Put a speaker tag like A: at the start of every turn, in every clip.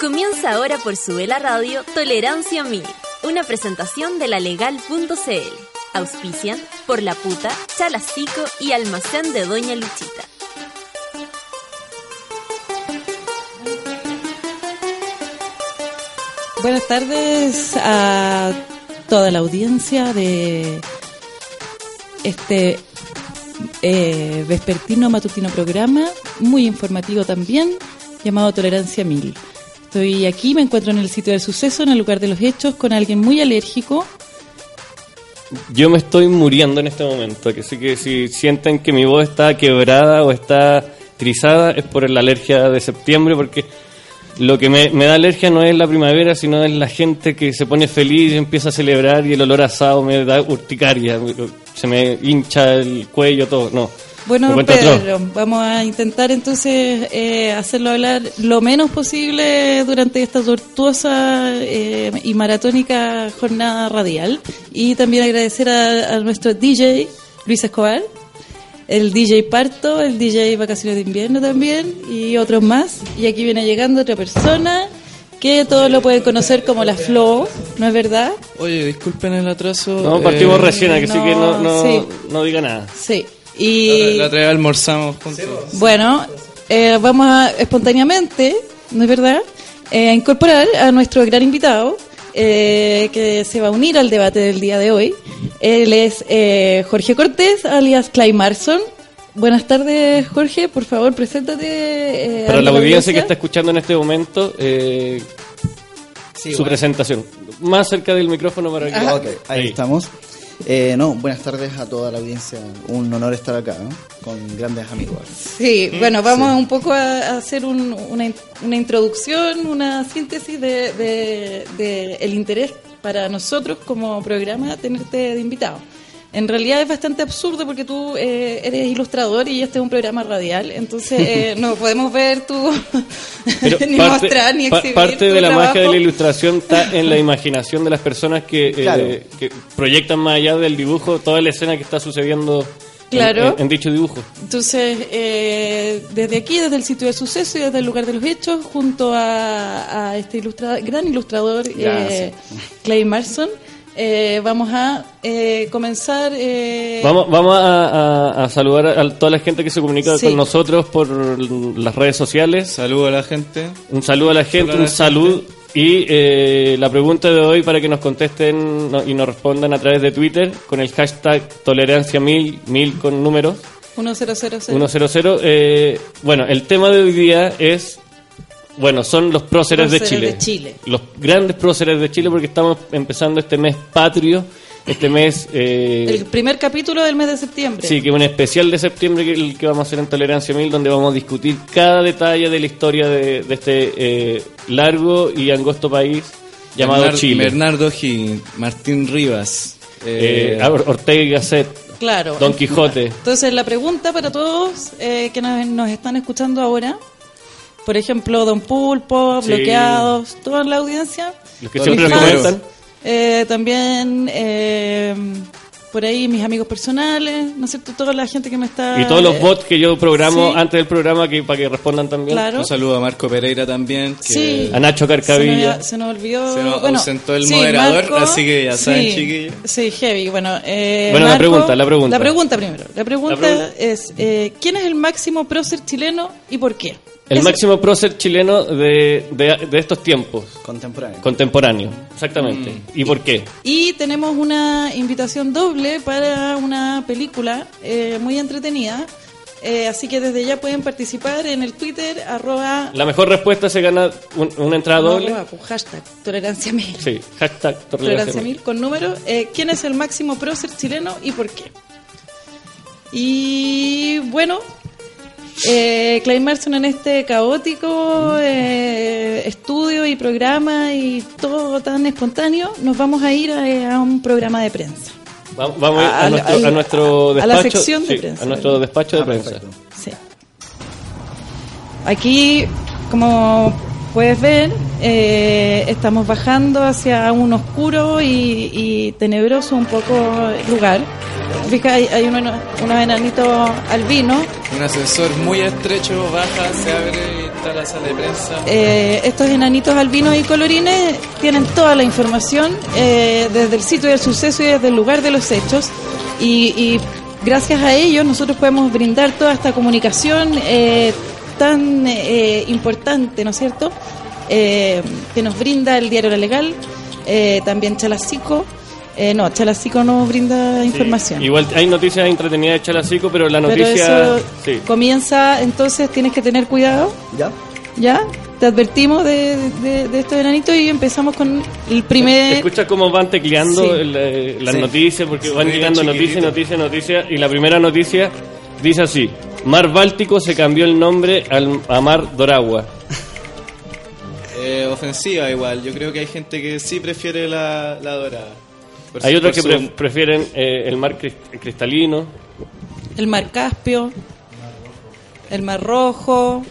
A: Comienza ahora por Subela Radio Tolerancia 1000, una presentación de la legal.cl. Auspician por La Puta, Chalacico y Almacén de Doña Luchita.
B: Buenas tardes a toda la audiencia de este eh, vespertino matutino programa, muy informativo también, llamado Tolerancia 1000. Estoy aquí, me encuentro en el sitio del suceso, en el lugar de los hechos, con alguien muy alérgico.
C: Yo me estoy muriendo en este momento, que así que si sienten que mi voz está quebrada o está trizada es por la alergia de septiembre, porque lo que me, me da alergia no es la primavera, sino es la gente que se pone feliz y empieza a celebrar y el olor a asado me da urticaria, se me hincha el cuello, todo, no.
B: Bueno,
C: Me cuenta
B: Pedro, vamos a intentar entonces eh, hacerlo hablar lo menos posible durante esta tortuosa eh, y maratónica jornada radial. Y también agradecer a, a nuestro DJ Luis Escobar, el DJ Parto, el DJ Vacaciones de Invierno también y otros más. Y aquí viene llegando otra persona que todos lo pueden conocer como la Flo, ¿no es verdad?
D: Oye, disculpen el atraso.
C: No, partimos
D: eh,
C: recién, así
B: no,
C: que no, no,
B: sí.
C: no diga nada.
B: Sí.
D: La,
B: Y
D: la otra vez almorzamos
B: pues.
D: juntos.
B: Bueno, eh, vamos a espontáneamente, ¿no es verdad?, Eh, a incorporar a nuestro gran invitado eh, que se va a unir al debate del día de hoy. Él es eh, Jorge Cortés, alias Clay Marson. Buenas tardes, Jorge. Por favor, preséntate. eh,
C: Para
B: a
C: la audiencia que está escuchando en este momento, eh, su presentación. Más cerca del micrófono para que...
E: Ah. Ok, ahí estamos. Eh, no, buenas tardes a toda la audiencia. Un honor estar acá, ¿no? Con grandes amigos.
B: Sí,
C: Mm,
B: bueno, vamos un poco a, a hacer un- una, in- una introducción, una síntesis de, de- de el interés para nosotros como programa tenerte de invitado. En realidad es bastante absurdo porque tú eh, eres ilustrador y este es un programa radial, entonces eh, no podemos ver tu
C: Pero
B: ni
C: parte-
B: mostrar ni
C: pa-
B: exhibir
C: parte
B: tu
C: de la
B: trabajo.
C: magia de la ilustración está en la imaginación de las personas que, eh,
E: Claro.
C: que proyectan más allá del dibujo toda la escena que está sucediendo en-
B: Claro.
C: en, en dicho dibujo.
B: Entonces, eh, desde aquí, desde el sitio de suceso y desde el lugar de los hechos, junto a, a este ilustra- gran ilustrador eh,
E: Gracias.
B: Clay Marson, eh, vamos a eh, comenzar. eh,
C: Vamos, vamos a, a- a saludar a toda la gente que se comunica
B: Sí.
C: con nosotros por las redes sociales.
D: Saludo a la gente.
C: Un saludo a la gente,
D: Saludo a la
C: un saludo. Y eh, la pregunta de hoy para que nos contesten no- y nos respondan a través de Twitter con el hashtag tolerancia1000, 1000 con números.
B: 1000.
C: 100. Eh, bueno, el tema de hoy día es. Bueno, son los próceres, de,
B: Próceres
C: Chile.
B: de Chile.
C: Los grandes próceres de Chile, porque estamos empezando este mes patrio, este mes. eh,
B: El primer capítulo del mes de septiembre.
C: Sí, que un especial de septiembre que, el que vamos a hacer en Tolerancia 1000, donde vamos a discutir cada detalle de la historia de, de este eh, largo y angosto país llamado
D: Bernard-
C: Chile.
D: Bernardo Higgins, Martín Rivas.
C: Eh,
D: eh,
C: Or- Ortega y Gasset,
B: Claro.
C: Don Quijote.
B: Entonces, la pregunta para todos eh, que nos, nos están escuchando ahora, por ejemplo, Don Pulpo,
C: Sí.
B: Bloqueados, toda la audiencia.
C: Los que
D: Don
C: siempre nos
D: Quijote.
C: comentan.
B: Eh, también eh, por ahí mis amigos personales, ¿no es cierto? Toda la gente que me está... eh,
C: Y todos los bots que yo programo
B: Ah, Sí.
C: antes del programa que, para que respondan también.
B: Claro.
D: Un saludo a Marco Pereira también. Que
B: Sí.
C: A Nacho
B: Se
C: Carcavilla.
B: nos, se nos olvidó...
D: Se nos
B: bueno,
D: ausentó el moderador, así que ya saben,
B: sí,
D: chiquillos.
B: Sí, heavy. Bueno, eh,
C: Bueno, la
B: Marco,
C: pregunta, la pregunta.
B: La pregunta primero. La pregunta,
C: La pregunta.
B: es, eh, ¿quién es el máximo prócer chileno y por qué?
C: El
B: Ese-
C: máximo prócer chileno de, de- de estos tiempos,
E: Contemporáneos.
C: contemporáneo. Exactamente.
B: Mm.
C: ¿Y por qué?
B: Y tenemos una invitación doble para una película eh, muy entretenida. Eh, así que desde ya pueden participar en el Twitter, arroba
C: La mejor respuesta se gana un- una entrada
B: No,
C: doble.
B: arroba, pues, hashtag tolerancia mil.
C: Sí, hashtag
B: Tolerancia
C: tolerancia
B: mil con número. Eh, ¿Quién es el máximo prócer chileno y por qué? Y bueno, eh, Clay Marson en este caótico eh, estudio y programa y todo tan espontáneo, nos vamos a ir a, a un programa de prensa.
C: Va- Vamos a, ir a
B: Al-
C: nuestro,
B: al-
C: a nuestro
B: a
C: despacho.
B: la sección de
C: sí,
B: prensa.
C: A nuestro despacho de
E: Ah,
C: prensa.
E: perfecto.
B: Sí. Aquí, como puedes ver, eh, estamos bajando hacia un oscuro y, y tenebroso un poco lugar. Fija, hay, hay uno- unos enanitos albinos.
D: Un ascensor muy estrecho, baja, se abre y está la sala de prensa.
B: Eh, estos enanitos albinos y colorines tienen toda la información eh, desde el sitio del suceso y desde el lugar de los hechos. Y, y gracias a ellos nosotros podemos brindar toda esta comunicación eh, tan eh, importante, ¿no es cierto? Eh, que nos brinda el diario La Legal, eh, también Chalacico. Eh, no, Chalacico nos brinda
C: Sí,
B: información.
C: Igual hay noticias entretenidas de Chalacico, pero la
B: Pero
C: noticia.
B: eso
C: sí.
B: comienza, entonces tienes que tener cuidado.
E: ¿Ya?
B: ¿Ya? Te advertimos de, de, de estos enanitos y empezamos con el primer...
C: Escucha cómo van tecleando
B: Sí.
C: el, eh, las
D: Sí.
C: noticias, porque
D: Se
C: van
D: ve
C: llegando noticias,
D: chiquitito.
C: noticias, noticias. Y la primera noticia dice así: Mar Báltico se cambió el nombre al, a Mar Doragua.
D: Eh, ofensiva igual, yo creo que hay gente que sí prefiere la, la dorada. Por
C: Hay
D: su-
C: otros que
D: por su-
C: pre- prefieren eh, el mar cris- cristalino,
B: El mar Caspio, el mar Rojo,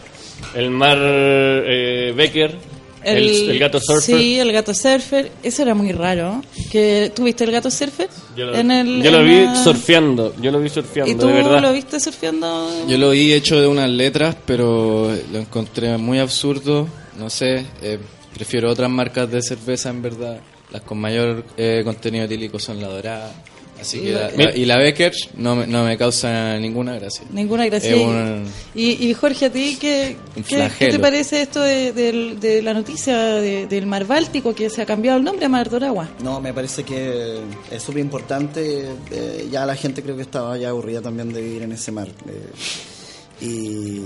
C: el mar eh, Becker, el, el gato surfer.
B: Sí, el gato surfer. Eso era muy raro. que ¿Tuviste el gato surfer?
C: Yo lo,
B: En el-
C: yo lo
B: en
C: vi
B: la-
C: surfeando, yo lo vi surfeando,
B: ¿Y tú
C: de verdad.
B: lo viste surfeando?
D: Yo lo vi hecho de unas letras, pero lo encontré muy absurdo. No sé, eh, prefiero otras marcas de cerveza en verdad. Las con mayor eh, contenido etílico son la dorada. Así que la- la- y la Becker no me, no me causa ninguna gracia.
B: Ninguna gracia.
D: Es un-
B: y, y Jorge, ¿a ti qué,
D: Un
B: qué- qué te
D: flagelo.
B: parece esto de, del- de la noticia de- del mar Báltico que se ha cambiado el nombre a mar Doragua?
E: No, me parece que es súper importante. eh, ya la gente creo que estaba ya aburrida también de vivir en ese mar. eh, y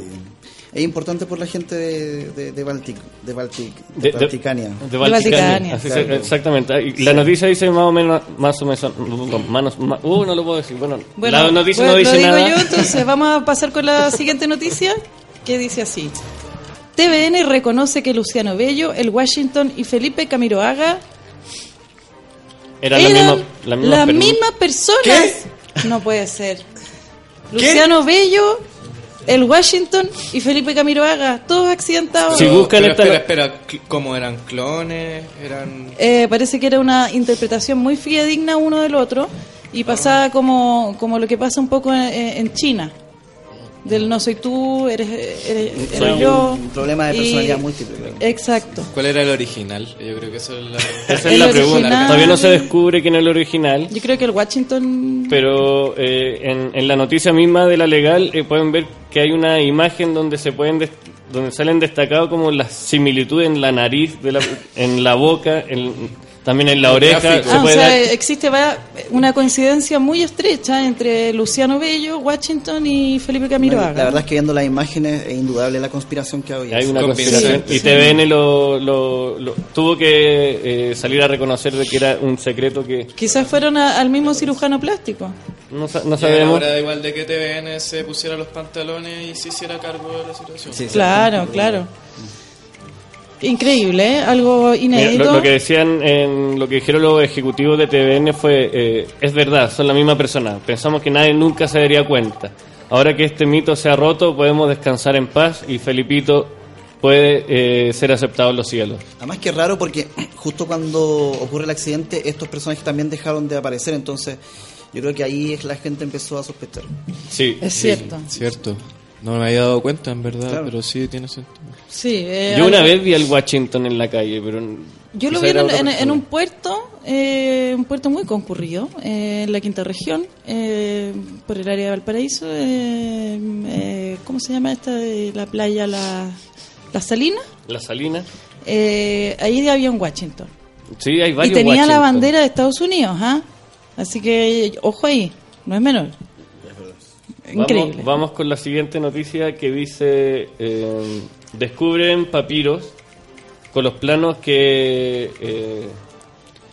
E: es importante por la gente de, de, de Baltic, de Baltic, de, Balticania.
C: de Vaticania.
B: Vaticania.
C: Así
E: Claro.
C: se- exactamente. Y La noticia dice más o menos, más o menos, manos, ma- uh, no lo puedo decir. Bueno, la noticia
B: bueno,
C: no dice
B: lo digo
C: nada.
B: yo, entonces vamos a pasar con la siguiente noticia, que dice así. TVN reconoce que Luciano Bello, el Washington y Felipe Camiroaga
C: Era la
B: eran
C: misma, la misma
B: las
C: per-
B: mismas personas. No puede ser. Luciano Bello, el Washington y Felipe Camiroaga, todos accidentados.
C: Si Sí. buscan
D: pero
C: esta-
D: espera, espera, cl- ¿cómo eran clones? Eran...
B: Eh, parece que era una interpretación muy fidedigna uno del otro y pasaba como, como lo que pasa un poco en, en China. Del no soy tú, eres, eres, eres
E: Soy
B: yo.
E: un problema de personalidad múltiple, creo.
B: Exacto.
D: ¿Cuál era el original? Yo creo que eso es la...
C: Esa es
B: El
C: la
B: original.
C: pregunta. Todavía no se descubre quién es el original.
B: Yo creo que el Washington.
C: Pero eh, en, en la noticia misma de la legal eh, pueden ver que hay una imagen donde se pueden des- donde salen destacados como las similitudes en la nariz, de la- en la boca, en- también en la
D: El
C: oreja.
D: gráfico.
C: se
B: Ah, o
C: puede
B: sea,
C: dar-
B: existe va- una coincidencia muy estrecha entre Luciano Bello, Washington y Felipe Camiroaga.
E: la verdad es que viendo las imágenes es indudable la conspiración que había.
C: Hay una
D: Convincente.
C: conspiración. Y TVN lo, lo- lo- tuvo que eh, salir a reconocer de que era un secreto que
B: Quizás fueron a- al mismo cirujano plástico.
C: no, sa- no sabemos.
D: Ahora igual de que TVN se pusiera los pantalones y se hiciera cargo de la situación.
E: Sí, sí.
B: Claro, claro. Increíble, ¿eh? Algo
C: Mira,
B: inédito.
C: lo, lo que decían, en, lo que dijeron los ejecutivos de TVN fue, eh, es verdad, son la misma persona. Pensamos que nadie nunca se daría cuenta. Ahora que este mito se ha roto, podemos descansar en paz y Felipito puede eh, ser aceptado en los cielos.
E: Además que raro porque justo cuando ocurre el accidente estos personajes también dejaron de aparecer, entonces yo creo que ahí es la gente empezó a sospechar.
C: Sí.
B: Es cierto.
D: Cierto. No me había dado cuenta, en verdad,
E: Claro.
D: pero sí tiene sentido.
B: Sí, eh,
C: Yo una
B: algo-
C: vez vi al Washington en la calle, pero...
B: Yo lo
C: quizá
B: vi en,
C: era otra
B: en- en
C: persona.
B: un puerto, eh, un puerto muy concurrido, eh, en la quinta región, eh, por el área de Valparaíso. eh, eh, ¿Cómo se llama esta? de la playa La, la Salina.
C: La Salina.
B: Eh, ahí había un Washington.
C: Sí, hay
B: Y
C: varios
B: tenía la
C: Washington.
B: bandera de Estados Unidos, ¿ah? Así que, eh, ojo ahí, no es menor. Increíble.
C: Vamos, vamos con la siguiente noticia que dice: eh, descubren papiros con los planos que eh,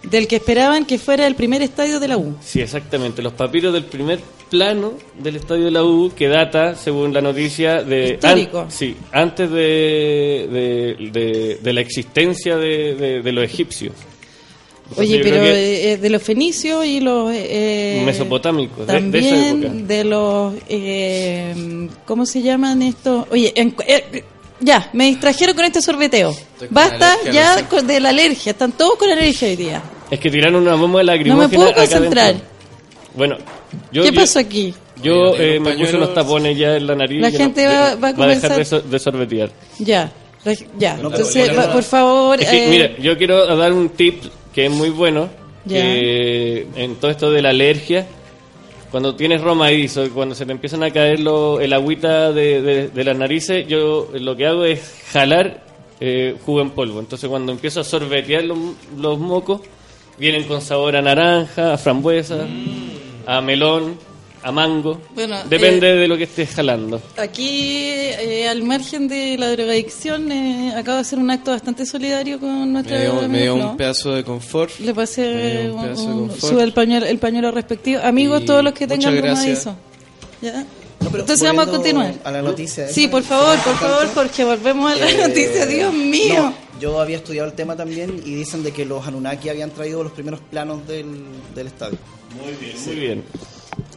B: del que esperaban que fuera el primer estadio de la U.
C: Sí, exactamente. Los papiros del primer plano del estadio de la U que data, según la noticia, de
B: Histórico.
C: sí, antes de, de, de- de la existencia de, de- de los egipcios. Entonces,
B: Oye,
C: Pues yo creo
B: pero
C: que
B: eh, de los fenicios y los... eh,
C: Mesopotámicos, de- de esa
B: También de,
C: época.
B: los... eh, ¿Cómo se llaman estos? Oye, en- eh, ya, me distrajeron con este sorbeteo.
D: Estoy con
B: Basta
D: alergia, lo
B: ya
D: siento.
B: con- de la alergia, están todos con alergia hoy día.
C: es que tiraron una bomba de
B: No
C: lacrimógena
B: me puedo
C: acá
B: concentrar.
C: adentro. Bueno, yo,
B: ¿Qué
C: yo-
B: pasó aquí?
C: Yo
D: Oye,
C: eh, me
D: compañeros.
C: puse unos tapones ya en la nariz.
B: La
C: y ya
B: gente
C: no-
B: va-
C: ya-
B: va a
C: a dejar
B: comenzar-
C: de, so- de sorbetear.
B: Ya, re- ya.
E: No, pero
B: Entonces,
E: bueno,
B: va-
E: no.
B: por favor...
C: Es que,
B: eh,
C: mira, yo quiero dar un tip que es muy bueno.
B: Ya.
C: que en todo esto de la alergia, cuando tienes romadizo, cuando se te empiezan a caer lo- el agüita de, de- de las narices, yo lo que hago es jalar eh, jugo en polvo. Entonces cuando empiezo a sorbetear los, los mocos, vienen con sabor a naranja, a frambuesa, a melón, a mango.
B: Bueno,
C: Depende
B: eh,
C: de lo que estés jalando.
B: Aquí, eh, al margen de la drogadicción, eh, acabo de hacer un acto bastante solidario con nuestra
D: Me dio, me dio
B: amigo
D: un
B: Flo.
D: pedazo de confort.
B: Le
D: me
C: Eh,
B: pasé
D: dio un
B: un,
D: pedazo de
B: un-
D: confort.
B: sube el pañuelo, el pañuelo respectivo. Amigos,
D: Y
B: todos los que
D: muchas
B: tengan
D: gracias.
B: eso.
E: No, pero
B: Entonces vamos a
E: volviendo
B: continuar.
E: A la noticia.
B: Sí,
E: esa,
B: por favor,
E: que
B: por
E: es
B: favor,
E: importante.
B: Jorge, volvemos a la
E: Eh,
B: noticia. Dios mío.
E: no, yo había estudiado el tema también y dicen de que los Anunnaki habían traído los primeros planos del, del estadio.
C: Muy bien.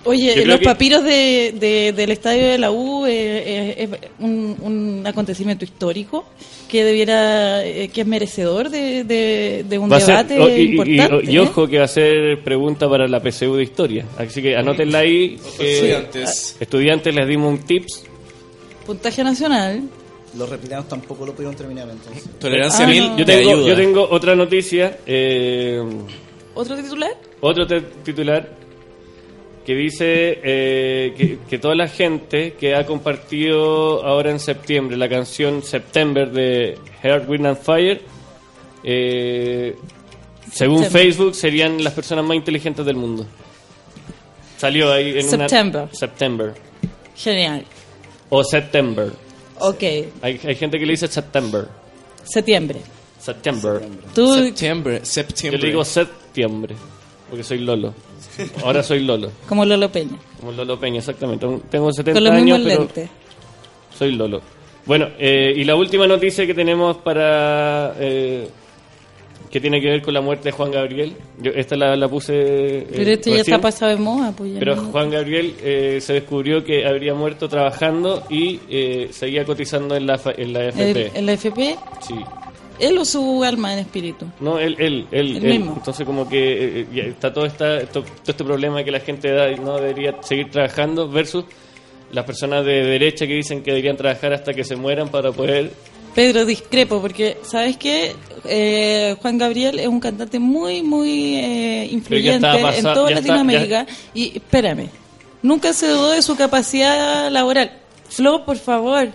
C: Yo
B: Oye,
C: creo
B: los
C: que-
B: papiros de, de- del estadio de la U eh, eh, es un, un acontecimiento histórico que debiera, eh, que es merecedor de, de- de un
C: Va a ser-
B: debate
C: o- y- y- y-
B: importante. ¿eh?
C: y, ojo que va a ser pregunta para la PSU de historia. Así que anótenla ahí. que
D: Estudiantes.
C: estudiantes les dimos un tips.
B: ¿eh? Puntaje nacional.
E: Los reptilianos tampoco lo pudieron terminar entonces.
D: Tolerancia
B: Ah,
D: mil.
B: no.
C: Yo
D: te
C: tengo,
D: ayuda.
C: yo tengo otra noticia, eh,
B: ¿Otro titular?
C: otro te- titular que dice eh, que, que toda la gente que ha compartido ahora en septiembre la canción September de Heart, Wind and Fire, eh, según
B: September.
C: Facebook serían las personas más inteligentes del mundo. Salió ahí en
B: September.
C: una... September.
B: Genial.
C: O September.
B: Ok,
C: Hay, hay gente que le dice September.
B: septiembre.
C: September.
B: Tú,
D: Septiembre.
C: Yo le
D: Septiembre.
C: digo septiembre, porque soy Lolo. Ahora soy Lolo,
B: como Lolo Peña,
C: como Lolo Peña, exactamente. Tengo
B: con
C: 70
B: los mismos
C: años, pero
B: lentes.
C: soy Lolo. Bueno, eh, y la última noticia que tenemos para... eh, que tiene que ver con la muerte de Juan Gabriel. Yo esta la, la puse... eh,
B: Pero esto ya
C: recién.
B: está pasado de moda, pues ya
C: Pero
B: no-
C: Juan Gabriel eh, se descubrió que habría muerto trabajando y eh, seguía cotizando en la, fa- en la FP.
B: El, el FP,
C: Sí.
B: él o su alma en espíritu.
C: No, él, él, él,
B: El
C: él.
B: mismo.
C: Entonces como que eh, ya está todo, esta, to- todo este problema que la gente da y no debería seguir trabajando versus las personas de derecha que dicen que deberían trabajar hasta que se mueran para poder...
B: Pedro, discrepo, porque ¿sabes qué? Eh, Juan Gabriel es un cantante muy, muy eh, influyente
C: estaba
B: en
C: pasa-
B: toda
C: ya está-
B: Latinoamérica. Y espérame, nunca se dudó de su capacidad laboral. Flo, por favor.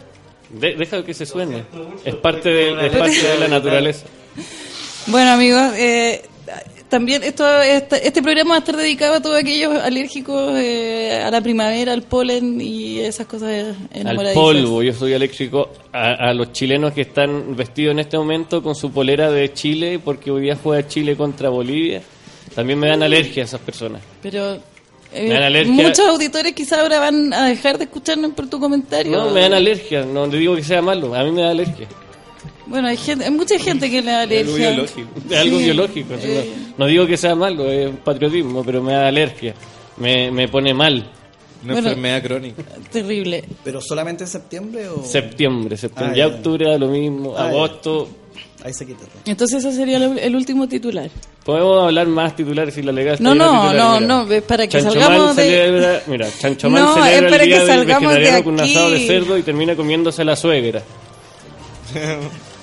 C: de- deja que se suene. Es parte de, es parte de la naturaleza.
B: Bueno, amigos, eh, también esto, este, este programa va a estar dedicado a todos aquellos alérgicos eh, a la primavera, al polen y esas cosas
C: Al
B: enamoradizas.
C: polvo, yo soy eléctrico. A, a los chilenos que están vestidos en este momento con su polera de Chile, porque hoy día juega Chile contra Bolivia. También me dan alergia a esas personas.
B: Pero eh,
C: Me dan alergia.
B: muchos auditores quizás ahora van a dejar de escucharnos por tu comentario.
C: No, me dan alergia, no le digo que sea malo, a mí me da alergia.
B: Bueno, hay, gente, hay mucha gente que le da
D: Algo
B: alergia.
D: biológico.
C: Es algo
B: Sí.
C: biológico. así
B: Eh.
C: no, no digo que sea malo, es un patriotismo, pero me da alergia. Me, me pone mal.
D: Una
B: Bueno.
D: enfermedad crónica.
B: Terrible.
E: ¿Pero solamente en septiembre
B: Oh.
E: o...?
C: Septiembre, septiembre.
E: Ah,
C: ya
E: ya.
C: octubre da lo mismo,
E: Ah, ya.
C: agosto.
E: Ahí se quita.
B: Entonces ese sería el, el último titular.
C: Podemos hablar más titulares si la legal
B: No, no, no, no, es para que salgamos de-
C: celebra, mira, Chanchomal
B: No, es
C: celebra
B: para
C: el
B: que
C: día del
B: salgamos de
C: vegetariano con un asado de
B: aquí.
C: cerdo y termina comiéndose a la suegra.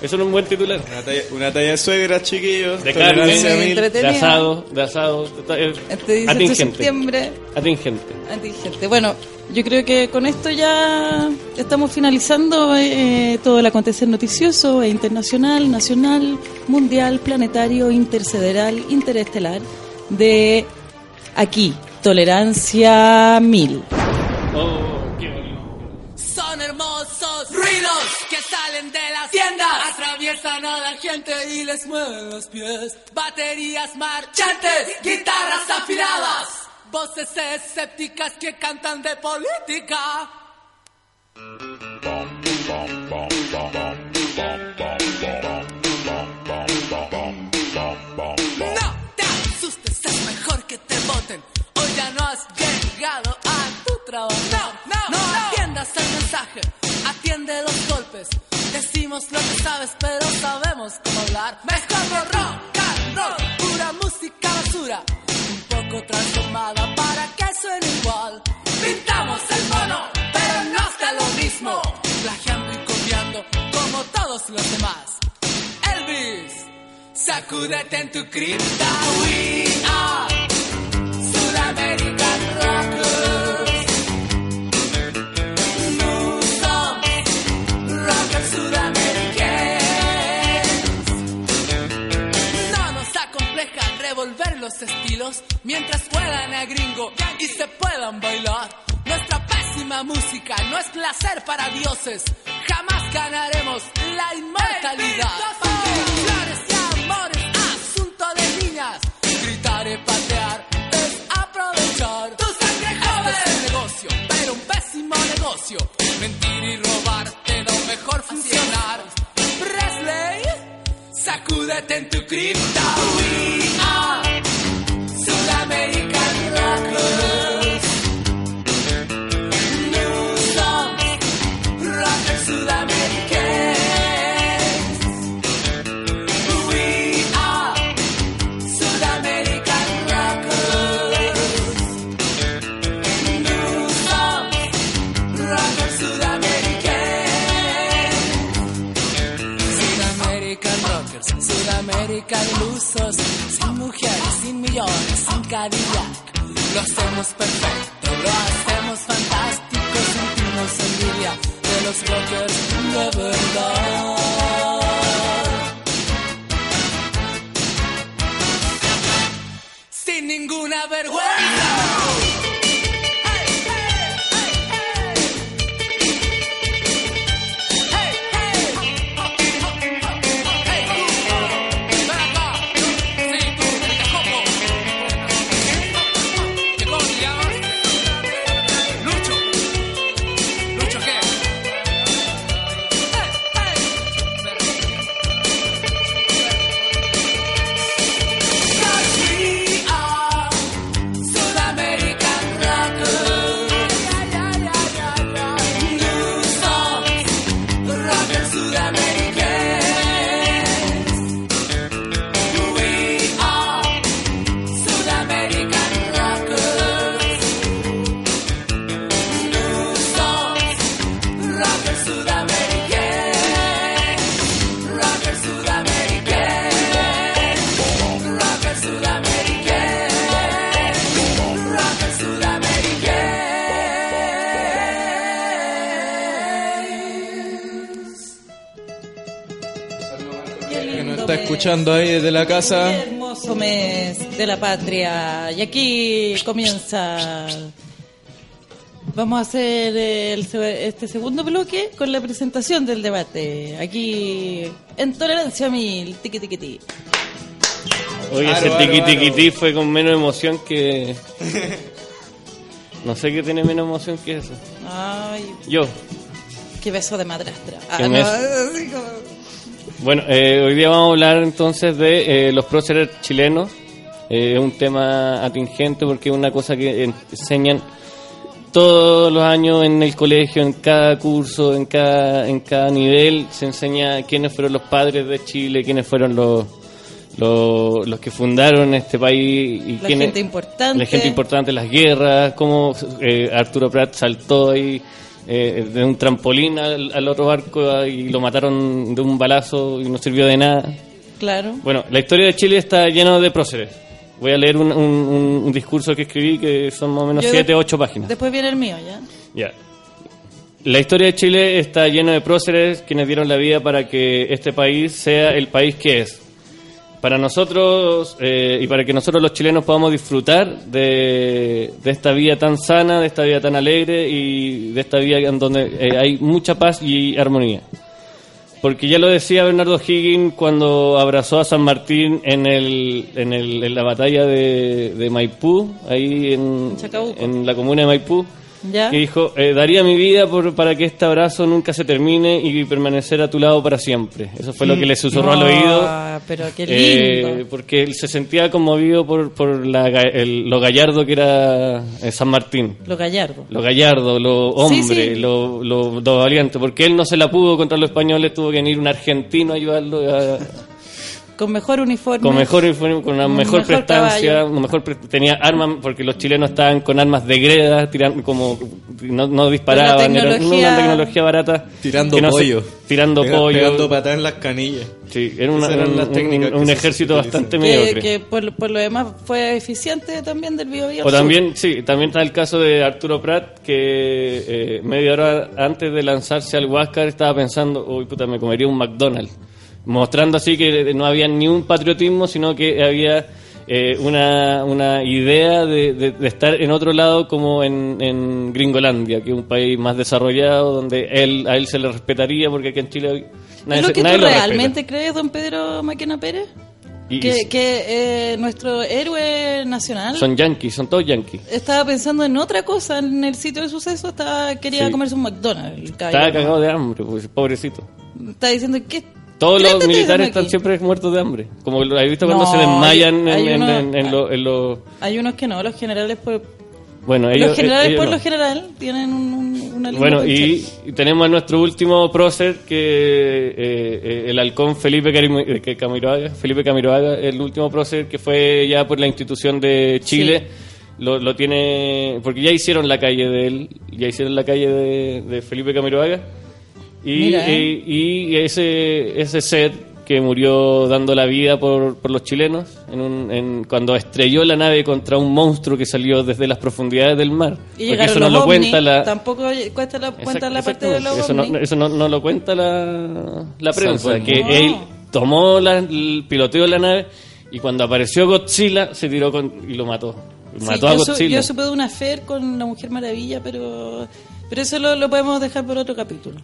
C: Eso no es un buen titular.
D: Una talla, una talla de suegra, chiquillos.
C: De
D: Tolerancia
C: carne,
D: mil.
C: de
B: entretenido.
C: asado, de asado, eh,
B: Este 18 de
C: atingente,
B: septiembre,
C: atingente.
B: antigente. Bueno, yo creo que con esto ya estamos finalizando eh, todo el acontecer noticioso e internacional, nacional, mundial, planetario, intercederal, interestelar de aquí, Tolerancia 1000.
C: Oh, qué bonito.
F: Son hermosos ruidos que salen de las tiendas, atraviesan Despiertan a la gente y les mueven los pies. Baterías marchantes, guitarras afiladas, voces escépticas que cantan de política. No te asustes, es mejor que te voten. Hoy ya no has llegado a tu trabajo. No, no, no, atiendas el mensaje, atiende los golpes. Decimos lo que sabes, pero sabemos cómo hablar. Mezclamos rock and roll, pura música basura. Un poco transformada para que suene igual. Pintamos el mono, pero no está lo mismo. Plagiando y copiando como todos los demás. Elvis, sacúdete en tu cripta. We are Sudamerican Rockers. No somos rockers sudamericanos. No nos acompleja revolver los estilos mientras juegan a gringo y se puedan bailar. Nuestra pésima música no es placer para dioses. Jamás ganaremos la inmortalidad. Flores y amores, ah. asunto de niñas. Gritar y patear es aprovechar. Tu sangre joven Este es un negocio, pero un pésimo negocio. Mentir y robar te da mejor funcionar. Presley. Sacúdete en tu cripta. We are Sudamerican Rockers. No somos rockers sudamericanos. We are Sudamerican Rockers. No somos rockers sudamericanos. Sudamerican Rockers, Sudamerican Lusos, sin mujeres, sin millones, sin Cadillac. Lo hacemos perfecto, lo hacemos fantástico, sentimos envidia de los rockers de verdad. Sin ninguna vergüenza. Hey, hey, hey, hey. Hey, hey. Hey, tú. Ven acá. Sí, tú, el tejoco. ¿Qué cómo te llamas? Lucho. ¿Lucho qué? Hey, hey. Cause we are Sudamerican rockers. No somos rockers sudamericanos. We are Sudamerican rockers. No somos rockers sudamericanos. Rockers sudamericanos. Rockers sudamericanos. Rockers sudamericanos.
B: Qué
D: Que nos
B: lindo
D: está
B: mes.
D: escuchando ahí desde la
B: Qué
D: casa.
B: hermoso mes de la patria. Y aquí comienza. Vamos a hacer el se- este segundo bloque con la presentación del debate. Aquí, en Tolerancia Mil, tiqui tiqui tiqui.
C: Oye,
D: Aro,
C: ese
D: aro,
C: tiqui
D: aro.
C: tiqui ti fue con menos emoción que. No sé qué tiene menos emoción que eso.
B: Ay,
C: Yo.
B: qué beso de madrastra.
C: Qué
B: Ah, no,
C: mes.
B: así como-
C: Bueno, eh, hoy día vamos a hablar entonces de eh, los próceres chilenos. Eh, Es un tema atingente porque es una cosa que eh, enseñan todos los años en el colegio, en cada curso, en cada, en cada nivel. Se enseña quiénes fueron los padres de Chile, quiénes fueron los, los, los que fundaron este país. Y
B: La
C: quiénes-
B: gente importante.
C: La gente importante, las guerras, cómo eh, Arturo Prat saltó ahí eh, de un trampolín al, al otro barco ah, y lo mataron de un balazo y no sirvió de nada.
B: Claro.
C: Bueno, la historia de Chile está llena de próceres. Voy a leer un, un- un- un discurso que escribí que son más o menos
B: Yo
C: 7
B: de-
C: o 8 páginas.
B: Después viene el mío, ¿ya?
C: Ya. La historia de Chile está llena de próceres quienes dieron la vida para que este país sea el país que es. Para nosotros eh, y para que nosotros los chilenos podamos disfrutar de, de esta vida tan sana, de esta vida tan alegre y de esta vida en donde eh, hay mucha paz y armonía. Porque ya lo decía Bernardo Higgins cuando abrazó a San Martín en, el, en, el, en la batalla de, de Maipú, ahí en,
B: Chacabuco.
C: en la comuna de Maipú,
B: Ya.
C: que dijo, eh, daría mi vida por, para que este abrazo nunca se termine y permanecer a tu lado para siempre. Eso fue lo que le susurró al oído.
B: Ah, Pero Mm. qué
C: eh,
B: lindo.
C: porque él se sentía conmovido por, por la ga- el- lo gallardo que era eh, San Martín.
B: Lo gallardo.
C: Lo gallardo, lo hombre,
B: Sí, sí.
C: Lo, lo, lo valiente, porque él no se la pudo contra los españoles, tuvo que venir un argentino a ayudarlo a-
B: Con mejor uniforme.
C: con mejor informe- con una
B: Un mejor
C: mejor, prestancia,
B: caballo.
C: un mejor pre- tenía armas, porque los chilenos estaban con armas de greda, tiran, como no, no disparaban, era
B: tecnología-
C: una tecnología barata.
D: Tirando
C: que no se-
D: pollo.
C: tirando
D: Pega-
C: pollo.
D: Pegando patadas en las canillas.
C: Sí, era una-
D: Esas eran las
C: un-
D: técnicas
C: un,
D: que se
C: ejército
D: utilizan.
C: bastante
B: Que,
C: mediocre.
B: que por, por lo demás fue eficiente también del Bio Bio
C: O
B: Sur.
C: también, sí, también está el caso de Arturo Prat, que eh, media hora antes de lanzarse al Huáscar estaba pensando, uy puta, me comería un McDonald's. Mostrando así que no había ni un patriotismo, sino que había eh, una, una idea de, de- de estar en otro lado como en, en Gringolandia, que es un país más desarrollado, donde él a él se le respetaría, porque aquí en Chile nadie,
B: ¿Es lo
C: se-
B: que
C: nadie
B: tú
C: lo respeta.
B: realmente crees, don Pedro Maquena Pérez?
C: Y- y
B: que que, eh, nuestro héroe nacional
C: Son yanquis, son todos yanquis.
B: estaba pensando en otra cosa en el sitio de suceso, estaba, quería
C: Sí.
B: comerse un McDonald's. el caballero.
C: Estaba cagado de hambre, pues, pobrecito.
B: Está diciendo que.
C: Todos
B: ¿Qué
C: los
B: te diciendo
C: militares
B: aquí?
C: están siempre muertos de hambre. Como lo has visto cuando
B: No,
C: se desmayan
B: hay-
C: en,
B: hay
C: en-
B: uno-
C: en- en lo- en los...
B: Hay unos que no, los generales por,
C: Bueno, ellos... eh,
B: los generales
C: ellos
B: por
C: no.
B: lo general tienen un, un- una linda
C: Bueno,
B: concha.
C: y, y tenemos a nuestro último prócer, que eh, eh, el halcón Felipe Carim- eh, que Camiroaga, Felipe Camiroaga, el último prócer que fue ya por la institución de Chile. Lo, lo tiene... Porque ya hicieron la calle de él, ya hicieron la calle de, de Felipe Camiroaga. Y,
B: Mira, ¿eh?
C: y- y ese, ese ser que murió dando la vida por, por los chilenos en un- en- cuando estrelló la nave contra un monstruo que salió desde las profundidades del mar.
B: Y
C: Porque
B: llegaron
C: eso no
B: los
C: lo
B: ovnis,
C: cuenta la...
B: tampoco cuesta la, cuenta la parte de los
C: Exactamente. eso no,
B: ovnis.
C: eso no, no lo cuenta la, la prensa,
D: Salvo el
C: que
B: mundo.
C: él tomó la, el piloteo de la nave y cuando apareció Godzilla se tiró con, y lo mató.
B: Sí,
C: Mató a
B: yo, su-
C: Godzilla.
B: yo supe de una fer con la Mujer Maravilla, pero pero eso lo, lo podemos dejar por otro capítulo.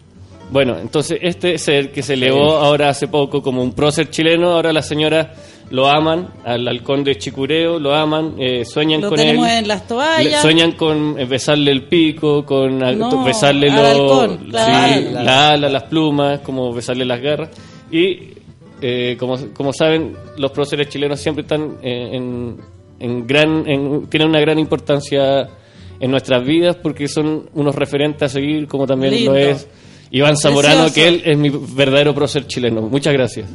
C: Bueno, entonces este ser que se elevó ahora hace poco como un prócer chileno, ahora las señoras lo aman, al halcón de Chicureo lo aman, eh, sueñan
B: Lo
C: con
B: tenemos
C: él.
B: en las
C: Le-
B: toallas.
C: sueñan con eh, besarle el pico, con a-
B: No,
C: besarle
B: al
C: lo-
B: halcón,
C: sí,
B: claro.
C: la ala, las plumas, como besarle las garras. Y eh, como, como saben, los próceres chilenos siempre están eh, en, en gran, en- tienen una gran importancia en nuestras vidas porque son unos referentes a seguir, como también
B: Lindo.
C: lo es Iván Zamorano,
B: Precioso.
C: que él es mi verdadero prócer chileno. Muchas gracias.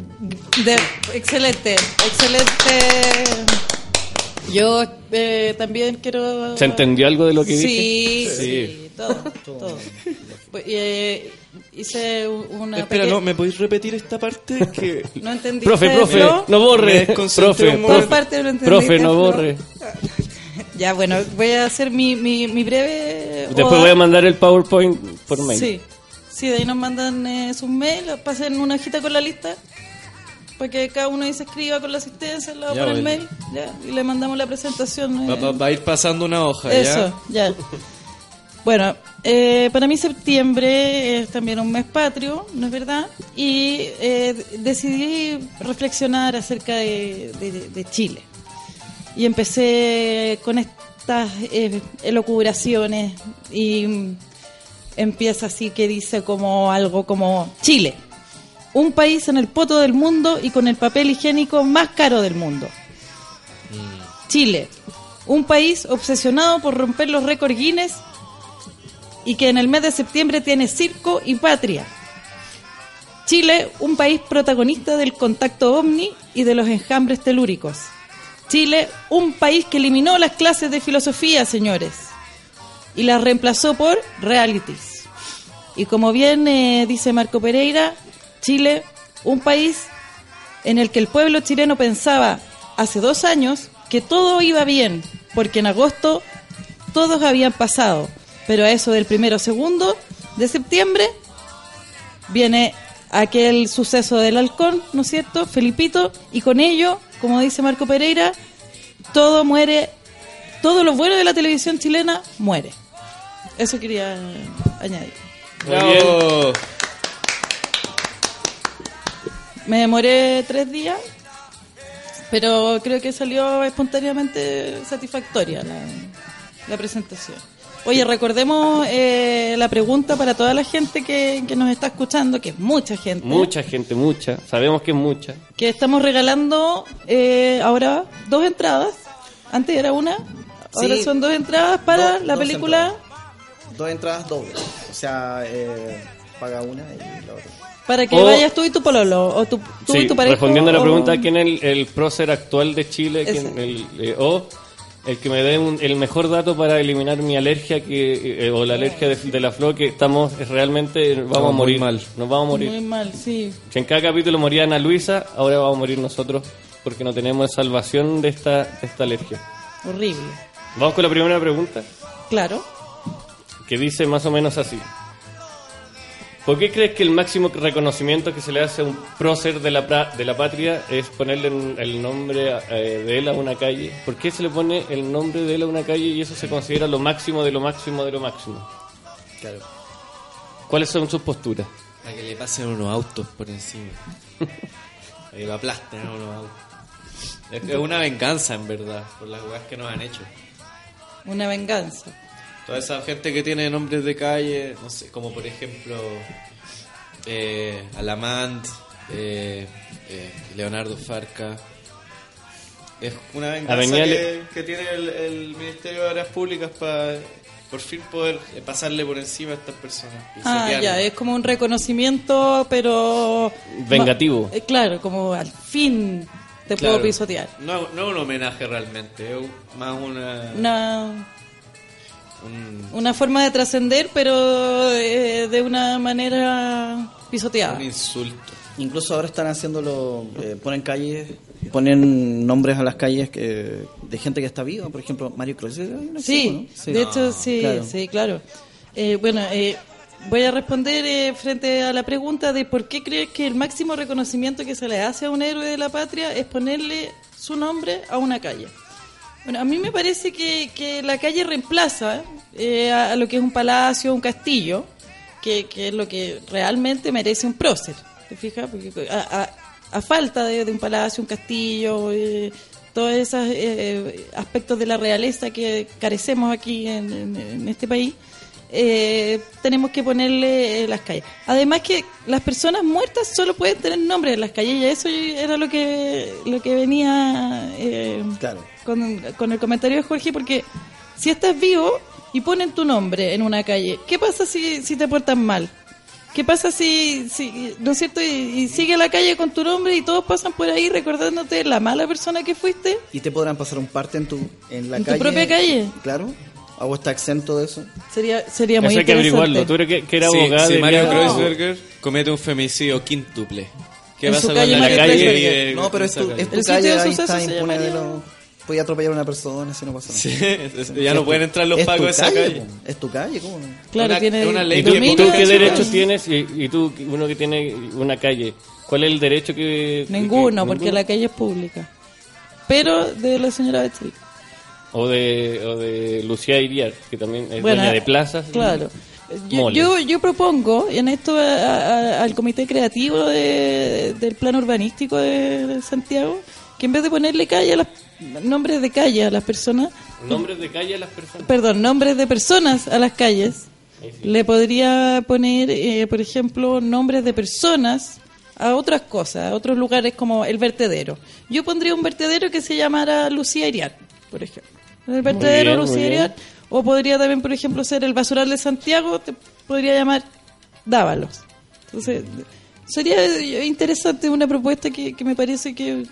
B: De- excelente, excelente. Yo eh, también quiero...
C: ¿Se entendió algo de lo que
B: sí,
C: dije?
B: Sí, todo, todo. Pues, eh, hice una...
D: Espera,
B: peque-
D: no, ¿me podéis repetir esta parte? Que
B: no entendí.
C: Profe, profe, no
D: Me
C: borre.
D: desconcentré
C: Profe,
D: un
B: Por
D: momento.
C: profe,
B: parte lo entendí.
C: profe, no borre.
B: Ya, bueno, voy a hacer mi, mi, mi breve...
C: Después
B: oda.
C: voy a mandar el PowerPoint por mail.
B: Sí, sí, de ahí nos mandan eh, sus mails, pasen una hojita con la lista para que cada uno ahí se escriba con la asistencia, lo
D: Ya,
B: por el
D: bueno.
B: mail ya, y le mandamos la presentación. eh,
D: va, va- va a ir pasando una hoja,
B: eso, ya. Bueno, eh, para mí septiembre es también un mes patrio, ¿no es verdad? Y eh, decidí reflexionar acerca de, de- de Chile. Y empecé con estas eh, elucubraciones y mm, empieza así que dice como algo como Chile, un país en el poto del mundo y con el papel higiénico más caro del mundo. Chile, un país obsesionado por romper los récords Guinness y que en el mes de septiembre tiene circo y patria. Chile, un país protagonista del contacto ovni y de los enjambres telúricos. Chile, un país que eliminó las clases de filosofía, señores, y las reemplazó por realities. Y como bien eh, dice Marco Pereira, Chile, un país en el que el pueblo chileno pensaba hace dos años que todo iba bien, porque en agosto todos habían pasado, pero a eso del primero o segundo de septiembre viene aquel suceso del halcón, ¿no es cierto? Felipito, y con ello, como dice Marco Pereira, todo muere, todo lo bueno de la televisión chilena muere. Eso quería añadir.
D: ¿ya? Bravo.
B: Me demoré tres días, pero creo que salió espontáneamente satisfactoria la, la presentación. Oye, recordemos eh, la pregunta para toda la gente que, que nos está escuchando, que es mucha gente.
C: Mucha gente, mucha. Sabemos que es mucha.
B: Que estamos regalando eh, ahora dos entradas. Antes era una, ahora
E: Sí.
B: son dos entradas para
E: Do-
B: la
E: dos
B: película.
E: Dos entradas dobles. O sea, eh, paga una y la otra.
B: Para que
C: O-
B: vayas tú y tu pololo, o tu, tú
C: Sí,
B: y tu pareja.
C: respondiendo a la
B: o-
C: pregunta, ¿quién es el, el prócer actual de Chile? ¿Quién-
B: Ese.
C: el, eh, o el que me dé un- el mejor dato para eliminar mi alergia que eh, o la alergia de, de la flor, que estamos eh, realmente, vamos
D: Estamos
C: a
D: muy
C: morir.
D: mal.
C: Nos vamos a morir.
B: Muy mal, sí.
C: Si en cada capítulo moría Ana Luisa, ahora vamos a morir nosotros porque no tenemos salvación de esta, de esta alergia.
B: Horrible.
C: Vamos con la primera pregunta,
B: Claro.
C: que dice más o menos así. ¿Por qué crees que el máximo reconocimiento que se le hace a un prócer de la, pra- de la patria es ponerle un- el nombre eh, de él a una calle? ¿Por qué se le pone el nombre de él a una calle y eso se considera lo máximo de lo máximo de lo máximo?
D: Claro.
C: ¿Cuáles son sus posturas?
D: Para que le pasen unos autos por encima. Para que lo aplasten unos autos. Es que es una venganza, en verdad, por las weas que nos han hecho.
B: Una venganza.
D: Toda esa gente que tiene nombres de calle, no sé, como por ejemplo eh, Alamant, eh, eh, Leonardo Farca. Es una venganza
C: Avenida
D: que,
C: Le-
D: que tiene el, el Ministerio de Obras Públicas para por fin poder eh, pasarle por encima a estas personas. y
B: Ah,
D: saquearlas.
B: ya, es como un reconocimiento, pero...
C: Vengativo.
B: Ma- eh, claro, como al fin te
D: Claro.
B: puedo pisotear.
D: No, no es un homenaje realmente, es un- más una...
B: Una,
D: un-
B: una forma de trascender, pero eh, de una manera pisoteada.
D: un insulto.
E: Incluso ahora están haciéndolo, eh, ponen calles, ponen nombres a las calles que, de gente que está viva, por ejemplo, Mario Cruz.
B: Sí, de hecho, sí,
E: claro.
B: sí, claro. Eh, bueno, eh, voy a responder eh, frente a la pregunta de por qué crees que el máximo reconocimiento que se le hace a un héroe de la patria es ponerle su nombre a una calle. Bueno, a mí me parece que, que la calle reemplaza eh, a, a lo que es un palacio, un castillo, que, que es lo que realmente merece un prócer. ¿Te fijas? Porque a, a- a falta de, de un palacio, un castillo, eh, todos esos eh, aspectos de la realeza que carecemos aquí en, en- en este país, eh, tenemos que ponerle eh, las calles. Además que las personas muertas solo pueden tener nombres en las calles y eso era lo que, lo que venía... eh,
E: Claro.
B: con, con el comentario de Jorge porque si estás vivo y ponen tu nombre en una calle, ¿qué pasa si, si te portan mal? ¿Qué pasa si, si no es cierto, y, y sigue la calle con tu nombre y todos pasan por ahí recordándote la mala persona que fuiste?
E: ¿Y te podrán pasar un parte en tu en la
B: ¿En tu
E: calle?
B: propia calle?
E: Claro. ¿A vos está exento de eso?
B: Sería, sería muy
C: Eso hay que
B: interesante.
C: averiguarlo. Tú eres que, que era
D: Sí,
C: abogado
D: si
C: de
D: Mario
B: No.
D: Kreuzberger comete un femicidio quíntuple. ¿Qué
B: En su
D: pasa con
B: calle
D: la
B: Mario
D: calle?
B: Kreuzberger.
D: vive
E: no, pero
D: en
E: es
D: Eh, esa
E: tu,
D: calle?
E: es tu
B: El sitio
E: calle,
B: de
E: ahí
B: sucesos
E: está
B: se
E: impune de
B: llamaría-
E: los... Podía atropellar a una persona si no pasa nada.
D: Sí,
E: Sí,
D: es- ya
E: es
D: no
E: tu-
D: pueden entrar los
E: es tu
D: pagos a esa calle.
E: po. Es tu calle, ¿cómo no?
B: Claro,
D: Una-
B: tiene
D: una ley
C: ¿Y tú,
D: que
B: dominio
C: tú
B: de
C: qué
B: su
C: derechos
B: casa.
C: tienes? Y, y tú, uno que tiene una calle, ¿cuál es el derecho que...
B: Ninguno,
C: que-
B: porque la calle es pública. Pero de la señora Bachelet.
C: O de, o de Lucía Iriar, que también es
B: Bueno,
C: dueña de plazas.
B: Claro. Yo,
C: Mole.
B: yo, yo propongo en esto a- a- al comité creativo de- del plan urbanístico de, de Santiago que en vez de ponerle calle a las, nombres de calle a las personas,
C: Nombres de calle a las personas.
B: perdón, nombres de personas a las calles, le podría poner, eh, por ejemplo, nombres de personas a otras cosas, a otros lugares como el vertedero. Yo pondría un vertedero que se llamara Lucía Iriar, por ejemplo. El vertedero
C: bien, muy
B: Lucía
C: bien.
B: Iriar, o podría también, por ejemplo, ser el basural de Santiago, te podría llamar Dávalos. Entonces, sería interesante una propuesta que, que me parece que,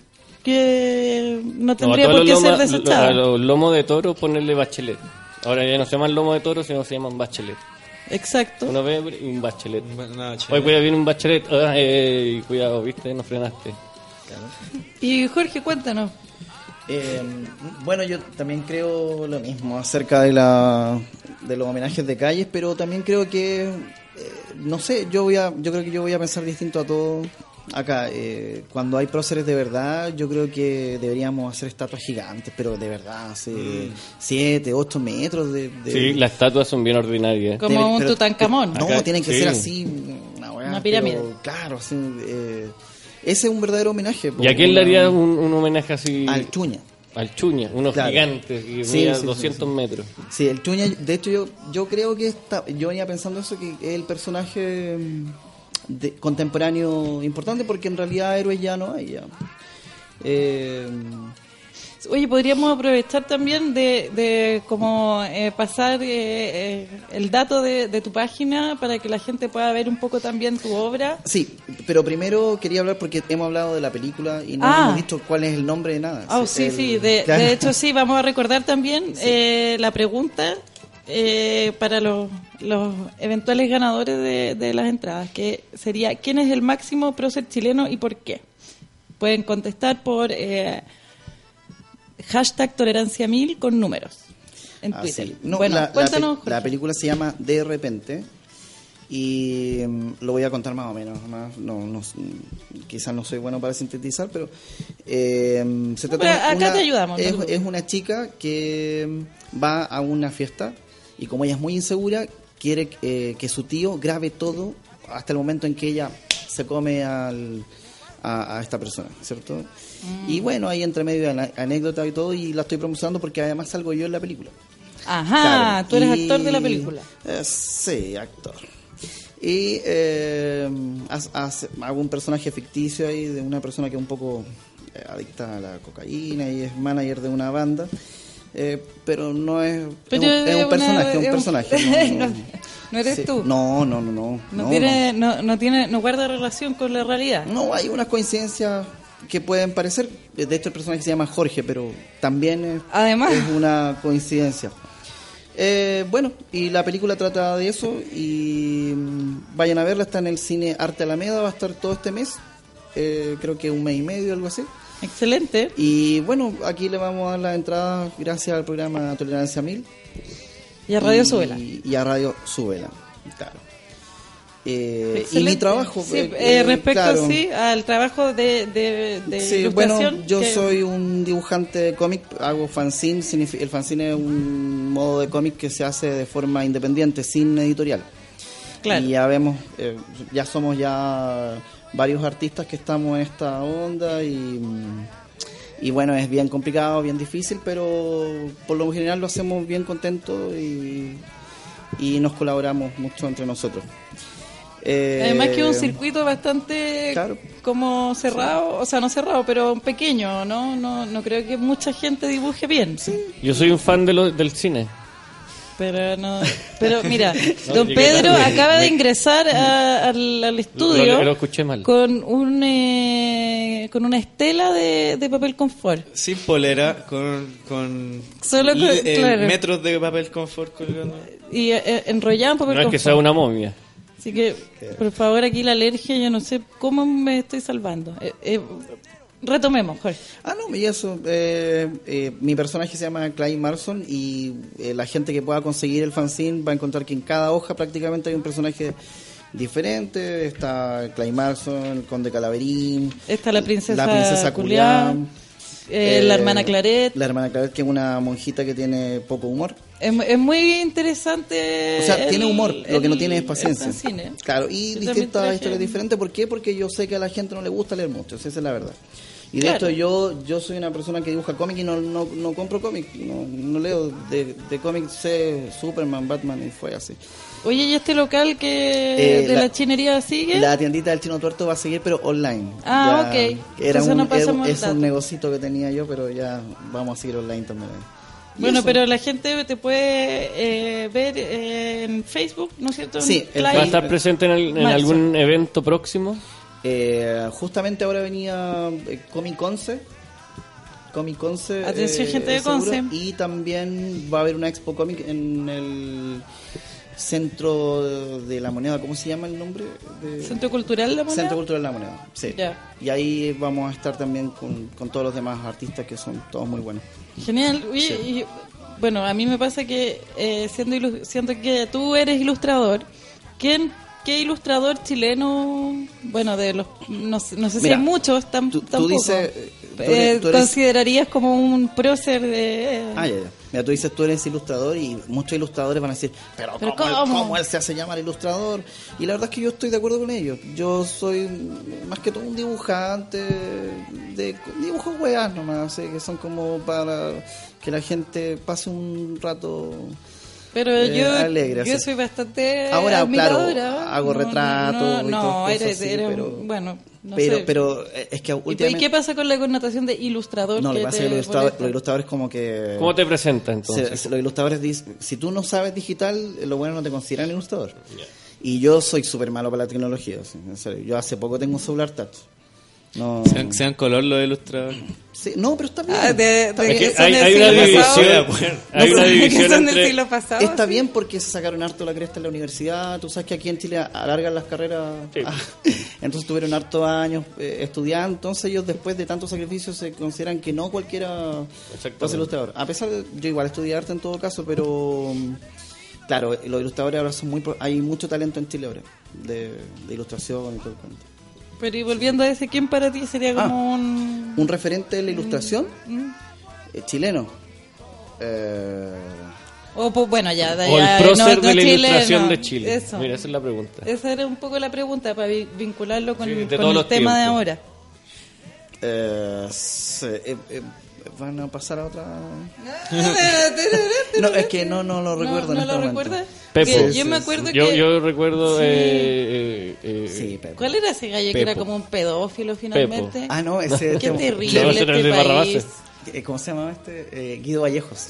B: que no
C: No, a
B: tendría
C: todos
B: por qué
C: los
B: ser
C: loma-
B: desechada.
C: A los lomos de toro ponerle bachelet. Ahora ya no se llaman lomo de toro, sino se llaman bachelet.
B: Exacto.
C: Uno ve un bachelet.
D: No, che.
C: Hoy cuidado, viene un bachelet. Ah, eh, cuidado, viste, no frenaste.
B: Y Jorge, cuéntanos.
E: Eh, bueno, yo también creo lo mismo acerca de, la, de los homenajes de calles, pero también creo que, eh, no sé, yo voy a, yo creo que yo voy a pensar distinto a todos acá. Eh, cuando hay próceres de verdad, yo creo que deberíamos hacer estatuas gigantes, pero de verdad, así, 7, 8 metros de... de-
C: Mm. Sí, las estatuas son bien ordinarias.
B: Como
E: Debe-
B: un
E: pero-
B: Tutankamón.
E: No,
C: Acá,
E: tiene que
C: sí.
E: ser así. Una, weá,
B: Una pirámide.
E: pero, claro, así. eh, Ese es un verdadero homenaje. po,
C: ¿Y a quién le
E: una-
C: harías un, un homenaje así?
E: Al Chuña.
C: Al Chuña, unos
E: Claro.
C: gigantes que
E: Sí,
C: mide
E: sí, sí,
C: 200
E: sí.
C: metros.
E: Sí, el Chuña, de hecho yo, yo creo que está, yo venía pensando eso, que es el personaje mm, de- contemporáneo importante, porque en realidad héroes ya no hay. Ya. Eh,
B: Oye, podríamos aprovechar también de, de como eh, pasar eh, eh, el dato de, de tu página para que la gente pueda ver un poco también tu obra.
E: sí, pero primero quería hablar porque hemos hablado de la película y no
B: Ah.
E: hemos dicho cuál es el nombre de nada.
B: Ah, sí,
E: el-
B: sí. De,
E: claro.
B: de hecho, sí, vamos a recordar también eh, la pregunta eh, para los, los eventuales ganadores de, de las entradas, que sería, ¿quién es el máximo prócer chileno y por qué? Pueden contestar por eh, hashtag tolerancia mil con números en
E: Ah,
B: Twitter.
E: sí. No,
B: bueno,
E: la, la
B: cuéntanos,
E: pe-
B: Jorge.
E: la película se llama De repente y mm, lo voy a contar más o menos. Más, no, no, mm, quizás no soy bueno para sintetizar, pero eh, mm, se
B: No,
E: trata de
B: pero acá te ayudamos, no te
E: Es,
B: preocupes.
E: es una chica que mm, va a una fiesta y como ella es muy insegura quiere eh, que su tío grabe todo hasta el momento en que ella se come al- a, a esta persona, ¿cierto?
B: Mm.
E: Y bueno, ahí entre medio de la anécdota y todo, y la estoy promocionando porque además salgo yo en la película.
B: Ajá,
E: Claro,
B: Ah, tú eres
E: y-
B: actor de la película.
E: Eh, sí, actor. Y eh, haz- haz- hago un personaje ficticio ahí de una persona que es un poco eh, adicta a la cocaína y es manager de una banda. Eh, pero no es.
B: Pero
E: es un, es un
B: una-
E: personaje,
B: es
E: un
B: un-
E: personaje. No, no,
B: No- no eres
E: Sí.
B: tú.
E: No, no, no. No,
B: No,
E: no,
B: tiene, no. no tiene, no guarda relación con la realidad.
E: no, hay unas coincidencias que pueden parecer. De hecho, el personaje se llama Jorge, pero también es,
B: Además.
E: es una coincidencia. Eh, bueno, y la película trata de eso. Y mm, vayan a verla, está en el cine Arte Alameda, va a estar todo este mes. eh, creo que un mes y medio, algo así.
B: Excelente.
E: Y bueno, aquí le vamos a dar las entradas gracias al programa Tolerancia 1000
B: Y a Radio
E: y- eh,
B: Súbela.
E: Y a Radio Súbela, claro. Eh, y mi
B: Excelente.
E: trabajo.
B: Sí,
E: eh,
B: eh,
E: eh,
B: respecto
E: claro.
B: sí, al trabajo de, de, de
E: Sí,
B: ilustración.
E: bueno, yo
B: que-
E: soy un dibujante de cómic, hago fanzine, signifi- el fanzine es un modo de cómic que se hace de forma independiente, sin editorial.
B: Claro.
E: Y ya vemos, eh, ya somos ya varios artistas que estamos en esta onda y, mm, y bueno, es bien complicado, bien difícil, pero por lo general lo hacemos bien contentos y, y nos colaboramos mucho entre nosotros. Eh,
B: Además que es un circuito bastante
E: Claro.
B: como cerrado, o sea, no cerrado, pero pequeño, ¿no? No, no creo que mucha gente dibuje bien.
C: Yo soy un fan de lo- del cine.
B: Pero no, pero mira,
C: No,
B: don
C: llegué
B: Pedro
C: tarde.
B: acaba de ingresar a- al, al estudio
C: Lo- lo escuché mal.
B: con un eh, con una estela de, de papel confort.
D: Sin polera, con, con
B: Solo con-
D: eh,
B: claro.
D: metros de papel confort colgando.
B: Y eh, enrollado en papel
C: No es que
B: confort.
C: sea una momia.
B: Así que,
E: Eh.
B: por favor, aquí la alergia, yo no sé cómo me estoy salvando. Eh, eh, retomemos, Jorge.
E: Ah, no, y eso. eh, eh, mi personaje se llama Clyde Marson y eh, la gente que pueda conseguir el fanzine va a encontrar que en cada hoja prácticamente hay un personaje diferente. Está Clyde Marson, el conde Calaverín.
B: Está la princesa,
E: La princesa
B: Culiá,
E: Culiá,
B: eh,
E: eh,
B: la hermana Claret.
E: La hermana Claret, que es una monjita que tiene poco humor.
B: Es, mu- es muy interesante.
E: O sea,
B: el-
E: tiene humor, lo que no
B: el-
E: tiene es
B: el
E: paciencia.
B: fanzine.
E: Claro, y
B: Yo también
E: distintas
B: traje-
E: historias diferentes. ¿Por qué? Porque yo sé que a la gente no le gusta leer mucho, esa es la verdad. Y de
B: Claro.
E: hecho, yo yo soy una persona que dibuja cómic y no, no, no compro cómic, no, no leo de, de cómic, sé Superman, Batman y fue así.
B: Oye, ¿y este local que
E: Eh,
B: de la,
E: la-
B: chinería sigue?
E: La tiendita del chino tuerto va a seguir, pero online.
B: Ah, ok.
E: Era
B: Entonces
E: un,
B: no pasamos
E: era-
B: el
E: es
B: dato.
E: un negocito que tenía yo, pero ya vamos a seguir online también. Y
B: bueno,
E: eso.
B: pero la gente te puede eh, ver eh, en Facebook, ¿no es cierto?
E: Sí, el
B: En Clive.
C: ¿Va a estar presente en, el- en
B: Marzo.
C: algún evento próximo?
E: Eh, justamente ahora venía eh, Comic 11. Comic 11.
B: Atención, gente de
E: seguro.
B: Conce.
E: Y también va a haber una Expo Comic en el Centro de la Moneda. ¿Cómo se llama el nombre? De-
B: Centro Cultural La Moneda.
E: Centro Cultural de la Moneda. Sí.
B: Ya.
E: Y ahí vamos a estar también con, con todos los demás artistas que son todos muy buenos.
B: Genial. Oye, y, bueno, a mí me pasa que eh, siendo, ilu- siento que tú eres ilustrador. ¿Quién, ¿Qué ilustrador chileno? Bueno, de los. No, sé- no sé si
E: Mira,
B: hay muchos, tam-
E: Tú, tú
B: tampoco.
E: dices, eh, tú
B: eh,
E: eres- tú eres-
B: considerarías como un prócer de...
E: Ah, ya, ya. Mira, tú dices, tú eres ilustrador y muchos ilustradores van a decir, pero,
B: ¿Pero
E: ¿cómo, él-
B: cómo?
E: cómo él se hace llamar ilustrador? Y la verdad es que yo estoy de acuerdo con ellos. Yo soy mm, más que todo un dibujante de dibujos weas nomás, eh, que son como para que la gente pase un rato...
B: Pero
E: Eh,
B: yo,
E: alegre,
B: yo
E: así.
B: soy bastante
E: Ahora,
B: admiradora.
E: claro, hago
B: No,
E: retratos
B: No,
E: y
B: no,
E: todas cosas
B: eres-
E: así,
B: eres-
E: pero-
B: bueno, no
E: pero,
B: sé.
E: pero eh, es que
B: ¿Y, ¿Y
E: últimamente...
B: qué pasa con la connotación de ilustrador?
E: no, lo que pasa es que los ilustrado-
B: molesta?
E: los ilustradores como que...
C: ¿Cómo te presenta
E: Se-
C: entonces?
E: se- los ilustradores dicen, si tú no sabes digital, eh, lo bueno no te consideran ilustrador. Y yo soy súper malo para la tecnología. así, en serio. Yo hace poco tengo un celular touch. No,
D: Sean, sean color los ilustradores.
E: sí, no pero está bien.
B: Ah, de- de-
C: Es que
B: que son
C: hay,
B: del
C: hay una
B: siglo pasado.
C: división, hay
B: No,
C: una
B: son- que
C: división
B: son del
C: entre,
B: siglo pasado,
E: Está
B: sí.
E: bien porque se sacaron harto la cresta en la universidad. Tú sabes que aquí en Chile alargan las carreras.
C: Sí.
E: Ah, entonces tuvieron harto años eh, estudiando. Entonces ellos después de tantos sacrificios se consideran que no cualquiera
C: Exactamente.
E: puede ser ilustrador. A pesar de yo igual estudié arte en todo caso, pero mm, claro, los ilustradores ahora son muy... pro- Hay mucho talento en Chile ahora de, de ilustración y todo el cuento.
B: Pero y volviendo a ese, ¿quién para ti sería como
E: Ah.
B: un...
E: Un referente de la ilustración eh, chileno. Eh,
B: O, pues, bueno, ya,
C: o
B: ya,
C: el
B: no,
C: prócer
B: no
C: de la
B: Chile,
C: ilustración
B: no,
C: de Chile.
B: Eso.
C: Mira, esa es la pregunta.
B: Esa era un poco la pregunta para vi- vincularlo con,
C: Sí, de
B: con
C: todos
B: el
C: los
B: tema de
C: tiempos.
B: ahora.
E: Eh, se- eh, eh, van a pasar a otra. No, es que no, no lo recuerdo.
B: ¿No,
E: en
B: no
E: este
B: lo
E: momento.
B: recuerdas?
C: Pepo.
B: Porque Yo me acuerdo
C: yo,
B: que...
C: yo recuerdo...
B: Sí.
C: eh, eh, eh,
E: Sí, Pepo.
B: ¿Cuál era ese gallo que era
C: Pepo.
B: como un pedófilo finalmente?
C: Pepo.
E: Ah, no, ese.
B: Qué
E: tema-
B: terrible
C: No, ese era el
B: este
C: de Barrabases.
B: país.
E: Eh, ¿Cómo se llamaba este? Eh, Guido Vallejos.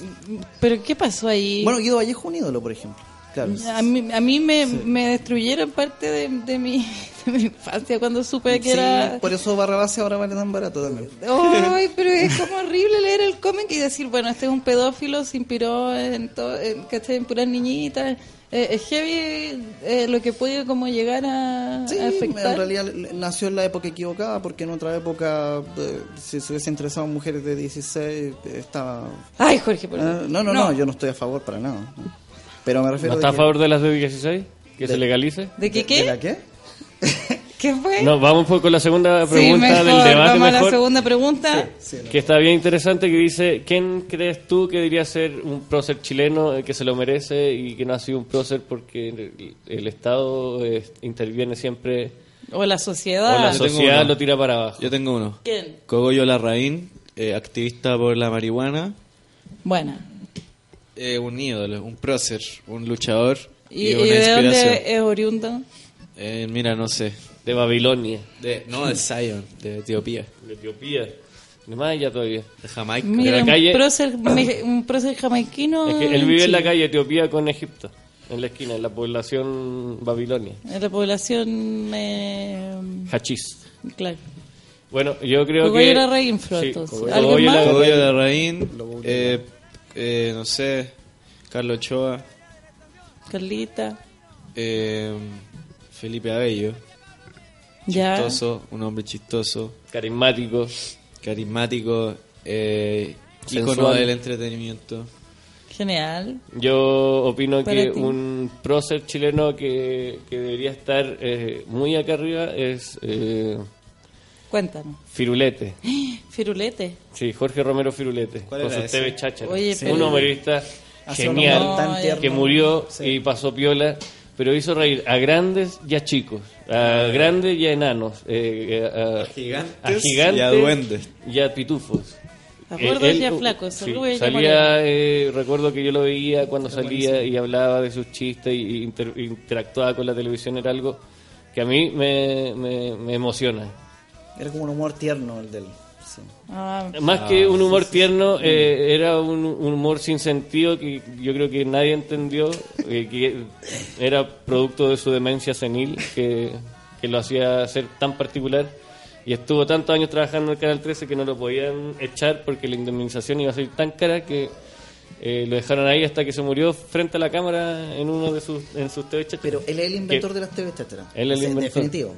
B: ¿Pero qué pasó ahí?
E: Bueno, Guido Vallejo, un ídolo, por ejemplo. Claro.
B: a mí, a mí me, me destruyeron parte de, de mi, de mi infancia cuando supe que
E: Sí,
B: era... Eh,
E: Por eso Barrabás ahora vale tan barato también.
B: Ay, pero es como horrible leer el cómic y decir, bueno, este es un pedófilo, se inspiró en, todo, en, ¿cachai? en puras niñitas. Eh, es heavy eh, lo que puede como llegar a,
E: Sí,
B: a afectar.
E: en realidad le- nació en la época equivocada, porque en otra época, eh, si se hubiese interesado en mujeres de 16, eh, estaba.
B: Ay, Jorge, por
E: Ah,
B: favor.
E: no, no, no, yo no estoy a favor para nada. Pero me refiero
C: ¿No está
E: de
C: a
E: que-
C: favor de las de 16? ¿Que
E: De-
C: se legalice?
B: ¿De qué
E: ¿De
B: qué?
E: la qué?
B: ¿Qué fue?
C: No, vamos por- con la segunda
B: Sí,
C: pregunta
B: mejor,
C: del debate
B: vamos a la
C: mejor,
B: segunda pregunta.
C: que está bien interesante, que dice, ¿quién crees tú que debería ser un prócer chileno eh, que se lo merece y que no ha sido un prócer porque el, el Estado eh, interviene siempre
B: O la sociedad.
C: o la
D: Ah, Yo tengo
C: sociedad
D: uno.
C: lo tira para abajo?
D: Yo tengo uno.
B: ¿Quién?
D: Cogollo Larraín, eh, activista por la marihuana,
B: Bueno.
D: eh, un ídolo, un prócer, un luchador
B: ¿Y,
D: y,
B: y
D: una
B: de
D: inspiración.
B: dónde es oriundo?
D: Eh, mira, no sé.
C: De Babilonia,
D: De, no, de Zion, de Etiopía,
C: de Etiopía, de Maya todavía.
D: de Jamaica.
B: Mira,
C: la calle-
B: un, prócer, me- un prócer jamaiquino.
C: Es que él vive en la
B: Chile,
C: calle Etiopía con Egipto, en la esquina, en la población Babilonia.
B: En la población. eh,
C: Hachís.
B: claro.
C: Bueno, yo creo
B: Cogollo
C: que...
B: era re infro, entonces. ¿Alguien
C: Cogollo
B: más?
C: era-
D: Cogollo Larraín, eh, eh, no sé, Carlos Ochoa,
B: Carlita.
D: eh, Felipe Abello,
B: Ya.
D: chistoso, un hombre chistoso,
C: carismático.
D: carismático, eh, ícono
C: Sensual.
D: del entretenimiento.
B: Genial.
C: Yo opino
B: Para
C: que
B: ti.
C: un prócer chileno que, que debería estar eh, muy acá arriba es eh,
B: Cuéntanos.
C: Firulete.
B: ¿Eh? Firulete.
C: Sí, Jorge Romero Firulete,
D: ¿Cuál
C: con
D: era
C: sus
D: ese?
C: TV Cháchara.
B: Oye,
C: Un
B: pero-
C: humorista
E: Hace un
C: genial
E: humor tan tierno.
C: que murió
E: Sí.
C: y pasó piola, pero hizo reír a grandes y a chicos, a grandes y a enanos, eh, a, a-
D: gigantes
C: a gigantes
D: y a duendes.
C: y a pitufos.
B: A
C: Eh,
B: gordos y
C: él,
B: a
C: uh,
B: flacos,
C: sí,
B: solo voy a llamar
C: salía, eh, recuerdo que yo lo veía cuando salía y hablaba de sus chistes y y inter- interactuaba con la televisión, era algo que a mí me, me- me emociona.
E: Era como un humor tierno el del. sí.
B: Ah,
C: Más que un humor tierno, eh, era un, un humor sin sentido que yo creo que nadie entendió, eh, que era producto de su demencia senil, que, que lo hacía ser tan particular. Y estuvo tantos años trabajando en el Canal 13 que no lo podían echar porque la indemnización iba a ser tan cara que eh, lo dejaron ahí hasta que se murió frente a la cámara en uno de sus, en sus TV chats.
E: Pero él es el inventor de las TV, etcétera.
C: Él es el
E: Sí,
C: inventor.
E: Definitivo.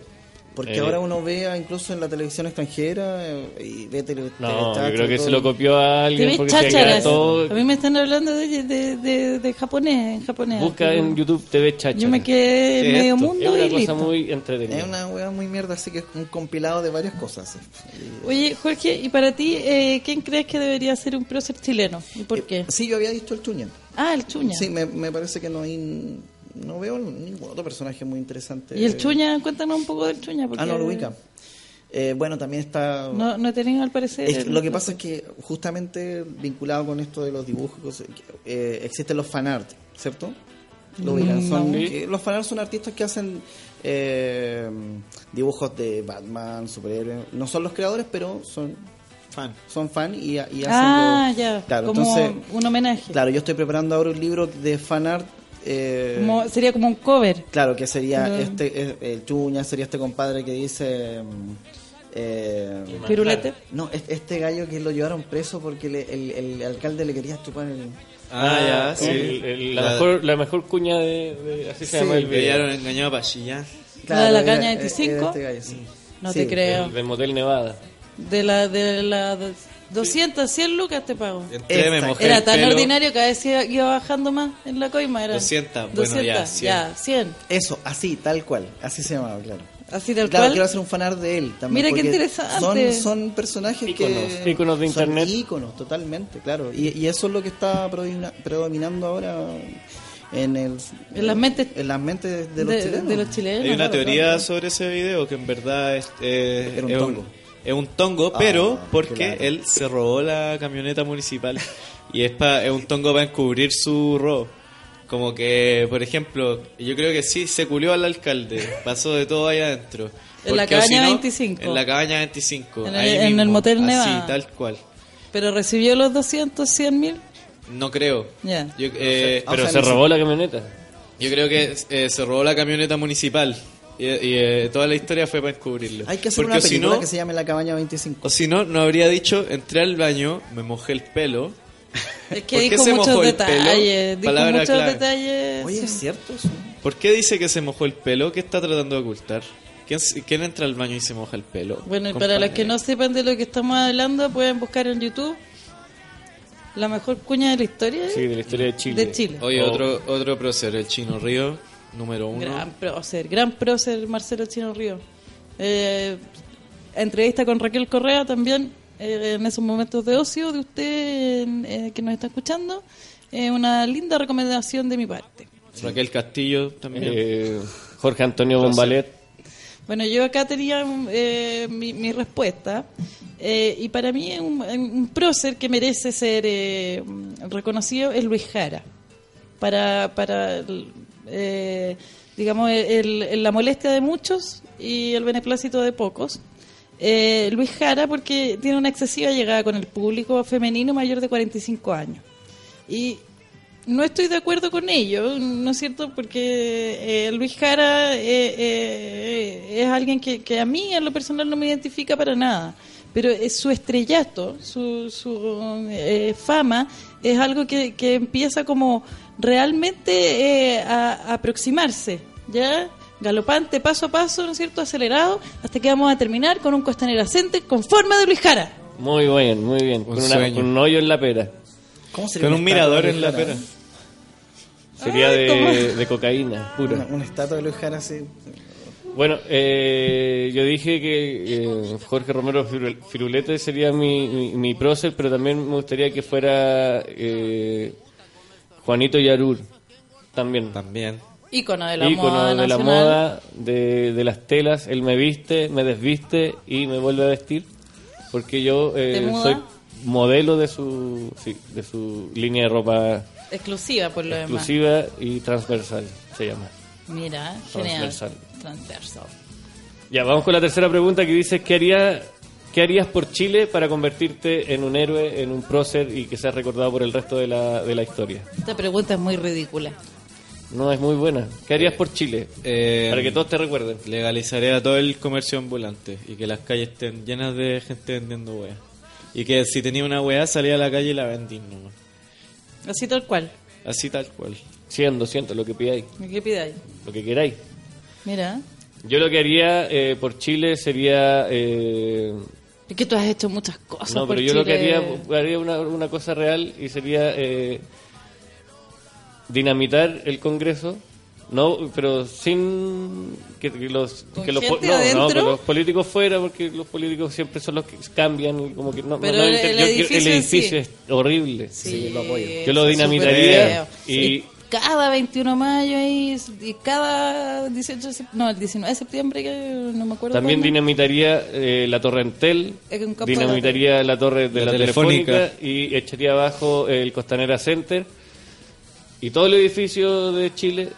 E: Porque
C: Eh.
E: ahora uno ve a- incluso en la televisión extranjera eh, y ve tele,
C: No, yo
E: telechacha y
C: creo que
E: todo.
C: se lo copió a alguien
B: TV
C: porque se queda
B: chácharas.
C: todo.
B: A mí me están hablando de, de, de, de japonés, en japonés.
C: Busca en YouTube TV Chacha.
B: Yo me quedé en
G: Sí,
B: medio
G: esto.
C: Es
B: mundo
C: una
B: y
C: cosa
B: listo.
C: muy entretenida.
E: Es una weá muy mierda, así que es un compilado de varias cosas.
B: Oye, Jorge, ¿y para ti eh, quién crees que debería ser un prócer chileno? ¿Y por qué?
E: Eh, Sí, yo había visto el Tuñan.
B: Ah, el Chuña.
E: Sí, me, me parece que no hay. No veo ningún otro personaje muy interesante.
B: ¿Y el Chuña? Cuéntanos un poco del Chuña. Porque
E: eh, Ah, no lo ubica. Eh, bueno, también está.
B: No, no he tenido al parecer.
E: Es que lo que pasa es que justamente vinculado con esto de los dibujos, eh, existen los fanart, ¿cierto? Lo
B: Mm,
E: ubican, son-
C: Sí.
E: que- los fanart son artistas que hacen eh, dibujos de Batman, superhéroes. No son los creadores, pero son
D: Fan.
E: son fan y, y hacen
B: Ah,
E: los-
B: ya.
E: Claro,
B: como
E: entonces,
B: un homenaje.
E: claro, yo estoy preparando ahora un libro de fanart. Eh,
B: Como- sería como un cover.
E: Claro, que sería
B: Claro.
E: este, eh, el Chuña, sería este compadre que dice. mm, eh,
B: Pirulete.
E: no, es- este gallo que lo llevaron preso porque le- el, el alcalde le quería chupar el.
D: Ah, ya, sí.
C: El- el- la,
D: La-
C: mejor, la mejor cuña de, de- Así se
E: Sí,
C: llama el
D: Me
C: video.
D: hallaron engañado para chillar.
B: ¿La de la caña
E: era-
B: 25?
E: era este gallo, sí.
B: No
E: Sí.
B: te creo.
C: El de Motel Nevada.
B: De la, de la 200, 100 lucas te pago.
D: Entré, me
E: Exacto.
D: mojé
B: Era
D: el
B: tan
D: pelo.
B: ordinario que a veces iba- iba bajando más en la coima. Era
D: 200, bueno, ya, 100.
B: ya, 100.
E: Eso, así, tal cual. Así se llamaba, claro.
B: Así tal
E: Claro,
B: cual.
E: quiero hacer un fanart de él también.
B: Mira qué
E: porque
B: interesante.
E: Son, son personajes
C: Íconos,
E: que.
C: íconos de
E: son
C: internet.
E: íconos, totalmente, claro. Y, y eso es lo que está predomina- predominando ahora en el.
B: En las mentes-
E: En las mentes
B: de,
E: de los chilenos.
B: de los chilenos.
D: Hay una
B: claro,
D: teoría sobre ese video que en verdad es, eh,
E: Era un
D: es
E: tongo.
D: es un tongo, pero
E: Ah,
D: porque
E: claro.
D: él se robó la camioneta municipal y es, pa- es un tongo para encubrir su robo. Como que, por ejemplo, yo creo que sí, se culió al alcalde, pasó de todo ahí adentro.
B: En la
D: Porque, o si
B: cabaña
D: no,
B: 25.
D: En la cabaña 25.
B: En el-
D: ahí
B: en
D: mismo,
B: el motel Nevada.
D: Así, tal cual.
B: Pero recibió los 200, 100 mil.
D: No creo.
B: Ya.
D: Yo, eh,
E: Ah,
C: Pero
E: o sea,
C: se
E: ni
C: robó la camioneta.
D: yo creo que eh, se robó la camioneta municipal y, y, eh, toda la historia fue para encubrirlo.
E: Hay que hacer
D: Porque
E: una
D: o si
E: película
D: no-
E: que se llame La Cabaña 25.
D: O si no, no habría dicho, entré al baño, me mojé el pelo.
B: Es
D: ¿Por
B: que
D: qué
B: dijo
D: se
B: muchos
D: mojó el pelo?
B: detalles. Dijo
D: Palabra
B: muchos
D: clave.
B: detalles.
E: Oye,
B: sí.
E: ¿es cierto eso?
D: ¿Por qué dice que se mojó el pelo? ¿Qué está tratando de ocultar? ¿Quién, s- quién entra al baño y se moja el pelo?
B: Bueno, y
D: Compadre.
B: para los que no sepan de lo que estamos hablando, pueden buscar en YouTube la mejor cuña de la historia
C: Sí, de la historia de Chile.
B: de Chile.
D: Oye,
C: Oh.
D: otro, otro prócer, el Chino Río, número uno.
B: Gran prócer, gran prócer Marcelo Chino Río. Eh, entrevista con Raquel Correa también eh, en esos momentos de ocio de usted eh, que nos está escuchando. Eh, una linda recomendación de mi parte.
D: Raquel Castillo también.
C: Eh, Jorge Antonio Bombalet.
B: Bueno, yo acá tenía eh, mi, mi respuesta. eh, y para mí un, un prócer que merece ser eh, reconocido es Luis Jara. Para, para el, eh, digamos, el- el- la molestia de muchos y el beneplácito de pocos. Eh, Luis Jara porque tiene una excesiva llegada con el público femenino mayor de 45 años. Y no estoy de acuerdo con ello, ¿no es cierto? Porque eh, Luis Jara eh, eh, es alguien que, que a mí, en lo personal, no me identifica para nada. Pero es su estrellato, su, su, eh, fama, es algo que, que empieza como realmente eh, a, a aproximarse, ¿ya? Galopante, paso a paso, ¿no es cierto? Acelerado, hasta que vamos a terminar con un costanera center con forma de Luis Jara.
C: Muy bien, muy bien.
D: Un
C: con, una-
D: sueño.
C: con un hoyo en la pera.
E: ¿Cómo sería
D: Con
E: una
D: un
E: estatua
D: mirador
E: de
D: en la
E: Luis
D: pera.
E: Jara?
C: Sería
B: Ay,
C: de,
B: cómo-
C: de cocaína, pura.
E: Una, una estatua de Luis Jara así.
C: Bueno, eh, yo dije que eh, Jorge Romero Firul- Firulete sería mi, mi, mi prócer, pero también me gustaría que fuera eh, Juanito Yarur, también.
D: También.
B: Ícono de la moda
C: Ícono de la
B: nacional.
C: moda, de, de las telas, él me viste, me desviste y me vuelve a vestir, porque yo eh,
B: ¿Te muda?
C: soy modelo de su, sí, de su línea de ropa
B: Exclusiva, por lo demás.
C: exclusiva y transversal, se llama.
B: Mira, genial.
C: Transversal.
B: Transversal.
C: Ya, vamos con la tercera pregunta que dice, ¿qué, haría, ¿qué harías por Chile para convertirte en un héroe, en un prócer y que seas recordado por el resto de la, de la historia?
B: Esta pregunta es muy ridícula.
C: No, es muy buena. ¿Qué harías por Chile?
D: Eh,
C: para que todos te recuerden.
D: Legalizaré a todo el comercio ambulante y que las calles estén llenas de gente vendiendo weas. Y que si tenía una wea salía a la calle y la vendí nomás.
B: Así tal cual.
D: Así tal cual.
C: 100, 200, lo que pidáis,
B: ¿Qué pidáis?
C: lo que queráis.
B: Mira.
C: Yo lo que haría eh, por Chile sería... eh,
B: Es que tú has hecho muchas cosas.
C: no, pero
B: por
C: yo lo que
B: Chile.
C: haría, haría una, una cosa real y sería eh, dinamitar el Congreso. No, pero sin que, que los
B: ¿Con
C: que los, po-
B: gente
C: no, no,
B: adentro?
C: que los políticos fuera, porque los políticos siempre son los que cambian y como que no. no,
B: Pero
C: no,
B: el-
C: inter-
B: el
C: yo quiero-
B: edificio en sí.
C: es horrible.
E: Sí, lo apoyo.
C: Yo lo
B: eso es
C: dinamitaría
B: súper feo.
C: y-
B: cada 21 de mayo y, y cada 18 de sep- no, el 19 de septiembre que no me acuerdo.
C: También
B: cuándo.
C: dinamitaría eh, la torre Entel,
B: Es un campo de
C: dinamitaría la torre de
D: La
C: la,
D: Telefónica.
C: telefónica. y echaría abajo el Costanera Center y todo el edificio de Chile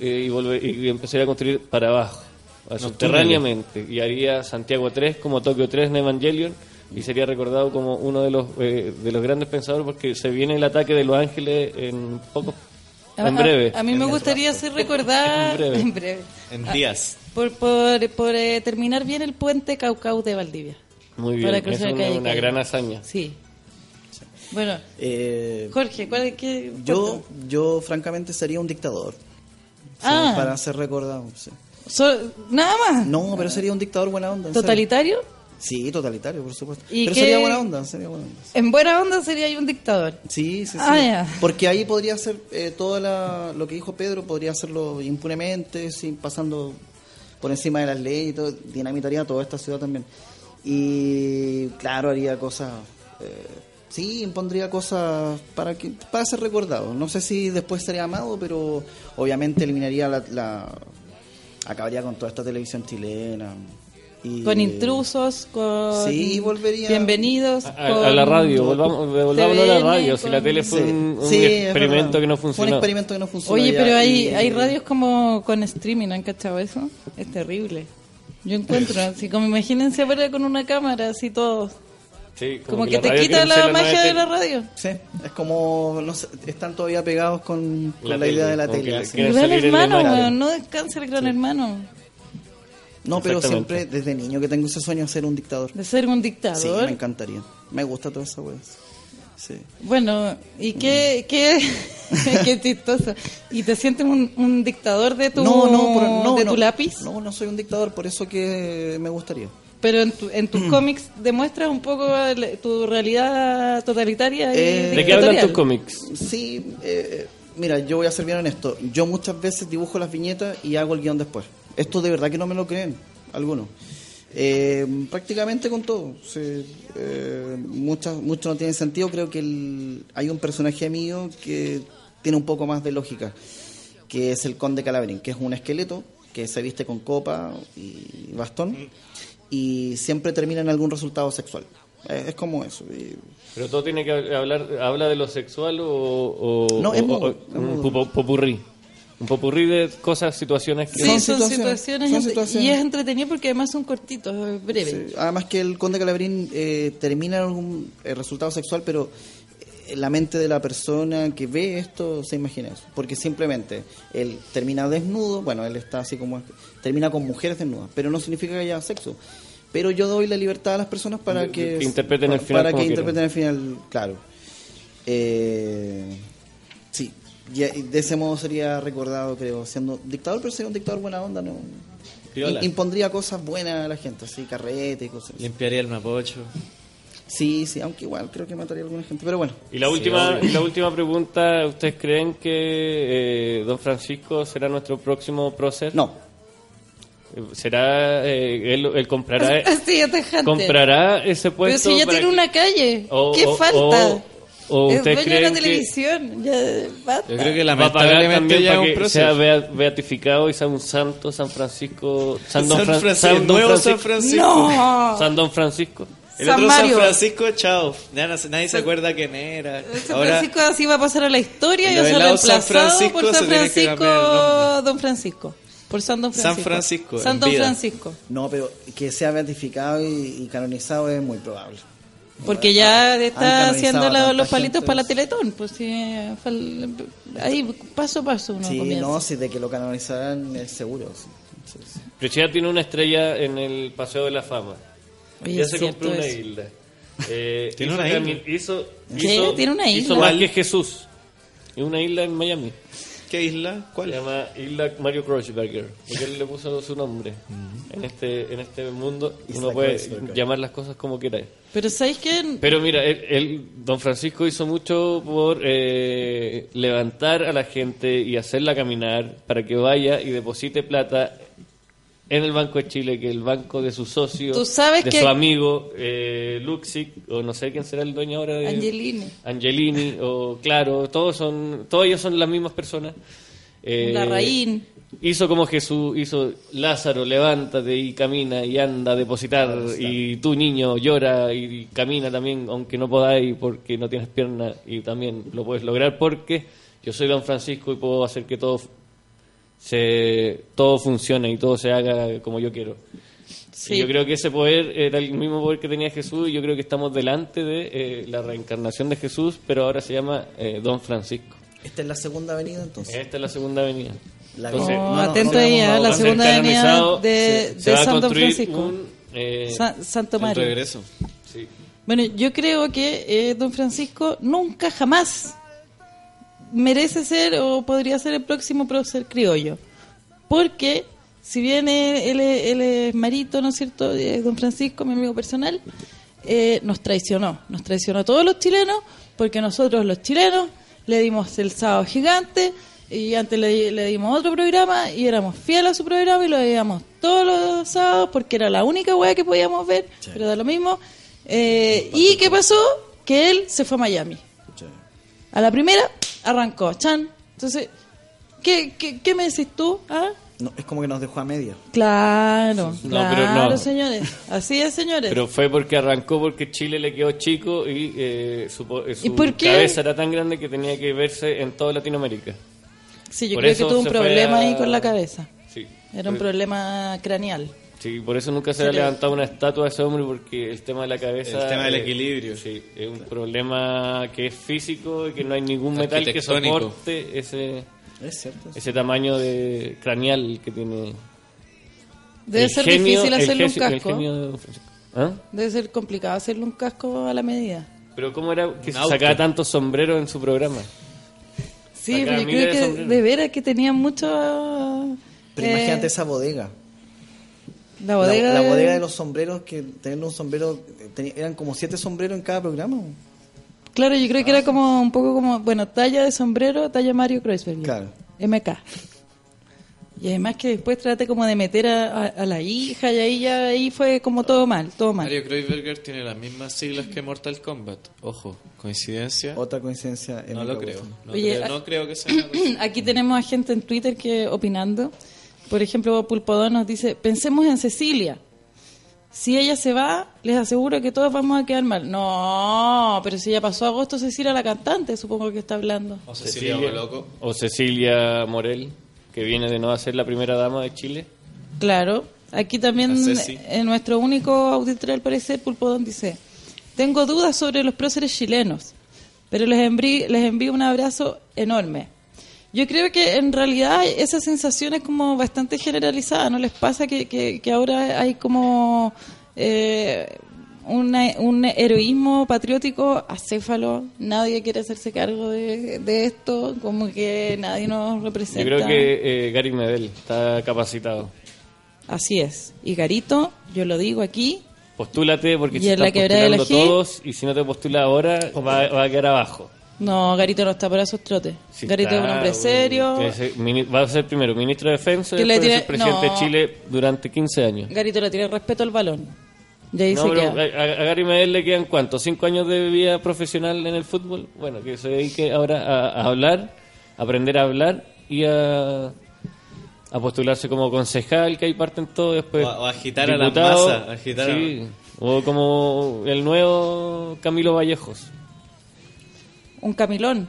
C: eh, y, volver, y empezaría a construir para abajo, subterráneamente. Y haría Santiago 3 como Tokio 3 en Evangelion y sería recordado como uno de los, eh, de los grandes pensadores porque se viene el ataque de Los Ángeles en poco,
B: A-
C: en
B: a-
C: breve.
B: A, mí me gustaría ser recordada
C: En breve.
B: Ah.
H: En días.
B: por, por, por, eh, terminar bien el puente Caucau de Valdivia.
C: Muy bien,
B: Para
C: es
B: cruzar
C: una,
B: calle
C: una
B: Calle.
C: gran hazaña.
B: Sí. Bueno,
E: Eh,
B: Jorge, ¿cuál es que
E: yo, yo francamente sería un dictador. sí,
B: Ah.
E: Para ser recordado. sí.
B: So- nada más.
E: No, pero sería un dictador buena onda. en serio.
B: Totalitario.
E: Sí, totalitario, por supuesto.
B: ¿Y
E: Pero
B: qué-
E: sería buena onda, sería buena onda.
B: En buena onda sería yo un dictador.
E: Sí, sí, sí.
B: Ah, ya.
E: Porque ahí podría ser eh, todo lo que dijo Pedro, podría hacerlo impunemente, sin pasando por encima de las leyes y todo, dinamitaría toda esta ciudad también. Y claro, haría cosas, eh, sí, impondría cosas para que para ser recordado. No sé si después sería amado, pero obviamente eliminaría la, la- acabaría con toda esta televisión chilena. Y,
B: Con intrusos, con
E: Sí, volvería-
B: bienvenidos.
C: A, a- a la
B: con-
C: radio, volvamos, devolvámonos a
B: TVN,
C: la radio. Si la
B: con-
C: tele fue un, un
E: Sí, es
C: experimento
E: verdad.
C: que no
E: Fue un
C: funcionó.
E: experimento que no funcionó
B: Oye,
E: ya,
B: pero hay,
E: y-
B: hay radios como con streaming, ¿han cachado eso? Es terrible. Yo encuentro, así como imagínense ahora con una cámara, así todos.
C: Sí,
B: Como, que,
C: la
B: te
C: radio
B: quita
C: quiere
B: la
C: ser
B: magia
C: nueva
B: de la
C: tele.
B: radio.
E: Sí, es como no sé, están todavía pegados con, con la,
C: La tele,
E: idea de la
C: como
E: tele.
C: que-
E: sí.
C: Quieren
B: Gran
C: salir en la
B: hermano,
C: radio.
B: weón, no descansa el gran hermano.
E: No, pero
C: Exactamente.
E: siempre desde niño que tengo ese sueño de ser un dictador.
B: De ser un
E: Sí,
B: dictador.
E: me encantaría. Me gusta toda esa wea. Sí.
B: bueno, y qué, qué, qué chistoso. ¿Y te sientes un, un dictador de tu,
E: no, no, pero- no,
B: de
E: no.
B: tu lápiz?
E: No, no soy un dictador, por eso que me gustaría.
B: Pero en, tu- en tus
E: Mm.
B: cómics demuestras un poco el- tu realidad totalitaria y
E: Eh,
C: ¿De qué hablan
B: dictatorial.
C: tus cómics?
E: Sí, eh, mira, yo voy a ser bien honesto. Yo muchas veces dibujo las viñetas y hago el guión después. Esto de verdad que no me lo creen, algunos. Eh, prácticamente con todo. sí. Eh, muchas, mucho no tiene sentido. Creo que el- hay un personaje mío que tiene un poco más de lógica, que es el conde Calabrín, que es un esqueleto que se viste con copa y bastón y siempre termina en algún resultado sexual. Eh, es como eso. y-
C: Pero todo tiene que hablar, habla de lo sexual o, o-
E: No, es
C: o-
E: mudo,
C: o-
E: es
C: un
E: mudo.
C: popo- popurrí. Un popurrí de cosas, situaciones que
B: Sí,
E: Son
B: son,
E: situaciones,
B: situaciones,
E: son
B: ent-
E: situaciones.
B: y es entretenido porque además son cortitos, eh, breves.
E: Sí, Además que el conde Calabrín eh, termina en algún eh, resultado sexual, pero eh, la mente de la persona que ve esto se imagina eso. Porque simplemente él termina desnudo, bueno, él está así como... Termina con mujeres desnudas, pero no significa que haya sexo. Pero yo doy la libertad a las personas para
C: De-
E: que...
C: que interpreten el final
E: Para
C: como
E: que interpreten el final, claro. Eh, sí, y- y de ese modo sería recordado, creo, siendo dictador, pero sería un dictador buena onda, ¿no?
H: Piola.
E: I- Impondría cosas buenas a la gente, así, carrete y cosas. así.
H: Limpiaría el mapocho.
E: Sí, sí, aunque igual creo que mataría a alguna gente, pero bueno.
C: Y la última, y la última pregunta, ¿ustedes creen que eh, Don Francisco será nuestro próximo prócer? Eh,
E: No,
C: ¿Será, eh, él, él comprará,
B: Así, atajante.
C: comprará ese
B: Pero
C: puesto?
B: si ya
C: para
B: tiene
C: que-
B: una calle,
C: o-
B: ¿qué
C: o-
B: falta?
C: o- o
B: es dueño
C: ustedes
B: de la
C: creen que-
B: televisión, ya basta.
H: Yo creo que
C: Va a pagar
H: lamentablemente
C: también
H: ya
C: para
H: es un
C: que sea
H: proceso.
C: bea- beatificado y sea un santo San Francisco. San Don,
H: San
C: Fran-
H: Francisco,
C: San
H: el
C: Don
H: nuevo San
C: Francisco.
H: Francisco.
B: ¡No!
C: San Don Francisco.
H: El
B: San
H: otro
B: Mario.
H: San Francisco, chao. Ya no se- nadie se acuerda quién era.
B: San
H: Ahora,
B: Francisco así va a pasar a la historia y
H: el
B: va a ser
H: velado San
B: reemplazado
H: Francisco
B: por San
H: se tiene que
B: Francisco,
H: cambiar el nombre.
B: Don Francisco. Por San Don Francisco.
H: San Francisco,
B: San
H: en
B: Don
H: vida.
B: Francisco.
E: no, pero que sea beatificado y, y canonizado es muy probable.
B: Porque ya está
E: canonizado
B: haciendo
E: a
B: la-
E: tanta
B: los palitos
E: gente.
B: para la Teletón. Pues sí, eh, fal- ahí paso a paso uno
E: sí,
B: comienza.
E: no, sí, de que lo canonizarán es seguro. sí. Entonces,
C: Pero ya tiene una estrella en el Paseo de la Fama.
B: Oye,
C: ya
B: es
C: se
B: cierto
C: compró una
B: eso.
C: isla. Eh,
H: ¿Tiene
C: hizo
H: una
C: cami-
H: isla?
C: Hizo,
B: ¿Qué?
C: hizo-
B: ¿Tiene una
C: hizo
B: isla?
C: más que Jesús. Es una isla en Miami.
H: ¿Qué isla?
C: Se
H: ¿Cuál?
C: llama Isla Mario Kreuzberger, porque él le puso su nombre.
H: Mm.
C: En este en este mundo uno
E: Isla
C: puede
E: Kreuzberger.
C: llamar las cosas como queráis.
B: Pero ¿sabéis qué?
C: Pero mira, él, él- don Francisco hizo mucho por eh, levantar a la gente y hacerla caminar para que vaya y deposite plata en el Banco de Chile, que es el banco de su socio,
B: Tú sabes
C: de
B: que-
C: su amigo eh, Luxic, o no sé quién será el dueño ahora de...
B: Angelini.
C: Angelini, o claro, todos son todos ellos son las mismas personas. Eh,
B: Larraín.
C: Hizo como Jesús, hizo Lázaro, levántate y camina y anda a depositar. Y tu niño llora y camina también, aunque no podáis porque no tienes pierna y también lo puedes lograr porque yo soy Don Francisco y puedo hacer que todo se todo funcione y todo se haga como yo quiero.
B: Sí.
C: Y Yo creo que ese poder era el mismo poder que tenía Jesús y yo creo que estamos delante de eh, la reencarnación de Jesús, pero ahora se llama eh, Don Francisco.
E: Esta es la segunda avenida entonces.
C: Esta es la segunda avenida.
E: La
C: Entonces,
B: Oh,
E: no, no,
B: atento
E: no,
B: ahí,
E: no,
B: ¿eh?
E: no,
B: la
E: no,
B: segunda
C: se ha
B: avenida
C: encarnizado,
B: de,
C: se- se
B: de
C: va a
B: San Don
C: construir
B: Francisco.
C: un, eh,
B: Sa- Santo
H: El
B: Mario.
H: regreso.
C: sí.
B: Bueno, yo creo que eh, Don Francisco nunca jamás merece ser o podría ser el próximo prócer criollo. Porque si bien eh, él, es- él es marito, ¿no es cierto? Eh, Don Francisco, mi amigo personal, eh, nos traicionó. Nos traicionó a todos los chilenos porque nosotros los chilenos le dimos el sábado gigante y antes le, le dimos otro programa y éramos fieles a su programa y lo veíamos todos los sábados porque era la única weá que podíamos ver, pero da lo mismo. Eh, ¿Y qué pasó? Que él se fue a Miami. A la primera, arrancó, chan. Entonces, ¿qué, qué, qué me decís tú? ah?
E: No, es como que nos dejó a media.
B: Claro,
C: No,
B: claro,
C: pero no.
B: señores. Así es, señores.
C: Pero fue porque arrancó porque Chile le quedó chico y eh, su, po- eh, su
B: ¿Y por qué?
C: cabeza era tan grande que tenía que verse en toda Latinoamérica.
B: sí, yo
C: por
B: creo que
C: eso
B: tuvo un
C: se fue
B: problema
C: a-
B: ahí con la cabeza.
C: Sí.
B: Era un
C: Por-
B: problema craneal.
C: Sí, por eso nunca se ha levantado una estatua a ese hombre porque el tema de la cabeza...
H: El tema del
C: eh,
H: equilibrio.
C: Sí, es un problema que es físico y que no hay ningún metal que
H: Arquitectónico.
C: soporte ese,
E: Es cierto.
C: ese tamaño de craneal que tiene.
B: Debe
C: El
B: ser
C: genio-
B: difícil
C: el
B: hacerle un
C: genio- el
B: casco.
C: genio de Don Francisco. ¿Ah?
B: Debe ser complicado hacerle un casco a la medida.
C: Pero ¿cómo era que se
H: auto.
C: sacaba tantos sombreros en su programa?
B: Sí,
C: Sacaba
B: pero yo
C: miles
B: creo
C: de
B: que de,
C: sombreros.
B: veras que tenía mucho...
E: Pero
B: eh,
E: imagínate esa bodega.
B: La bodega,
E: la,
B: de-
E: bodega de los sombreros, que tener un sombrero, eh, tenía- eran como siete sombreros en cada programa.
B: Claro, yo creo que era como un poco como, bueno, talla de sombrero, talla Mario Kreuzberger.
E: Claro.
B: MK. Y además que después trate como de meter a, a- a la hija y ahí ya ahí fue como todo mal, todo mal.
H: Mario Kreuzberger tiene las mismas siglas que Mortal Kombat. Ojo, coincidencia.
E: Otra coincidencia. en
H: No
E: el
H: lo
E: cabo.
H: creo. No,
B: Oye,
H: creo,
B: ah-
H: no creo que sea una coincidencia.
B: Aquí tenemos a gente en Twitter que opinando. Por ejemplo, Pulpodón nos dice, pensemos en Cecilia. Si ella se va, les aseguro que todos vamos a quedar mal. No, pero si ya pasó agosto, Cecilia la cantante, supongo que está hablando.
H: O Cecilia Boloco.
C: o Cecilia Morel, que viene de no hacer la primera dama de Chile.
B: Claro. Aquí también
H: A Ceci.
B: en nuestro único auditor al parecer, Pulpodón dice, tengo dudas sobre los próceres chilenos, pero les, envi- les envío un abrazo enorme. Yo creo que en realidad esa sensación es como bastante generalizada, ¿no les pasa que, que- que ahora hay como eh, una- un heroísmo patriótico acéfalo? Nadie quiere hacerse cargo de, de esto, como que nadie nos representa.
C: Yo creo que eh, Gary Medel está capacitado.
B: Así es. Y Garito, yo lo digo aquí,
C: Postúlate porque
B: Y
C: se
B: en la
C: están
B: quebrada del
C: postulando
B: ají.
C: todos y si no te postulas ahora va, va a quedar abajo.
B: No, Garito no está para esos trotes.
C: Si
B: Garito
C: está,
B: es un hombre
C: uy,
B: serio.
C: tiene que ser mini- va a ser primero ministro de Defensa y
B: Que le
C: después de
B: tiene-
C: ser presidente
B: no.
C: de Chile durante 15 años.
B: Garito le tiene respeto al balón. Y ahí
C: No,
B: se
C: pero
B: queda.
C: a, a Gary Medel le quedan cuánto, cinco años de vida profesional en el fútbol. Bueno, que se dedique ahora a, a hablar, aprender a hablar y a, a postularse como concejal, que ahí parten todo después.
H: O a- o agitar a la
C: diputado,
H: masa, agitar a-
C: sí, o como el nuevo Camilo Vallejos.
B: Un camilón.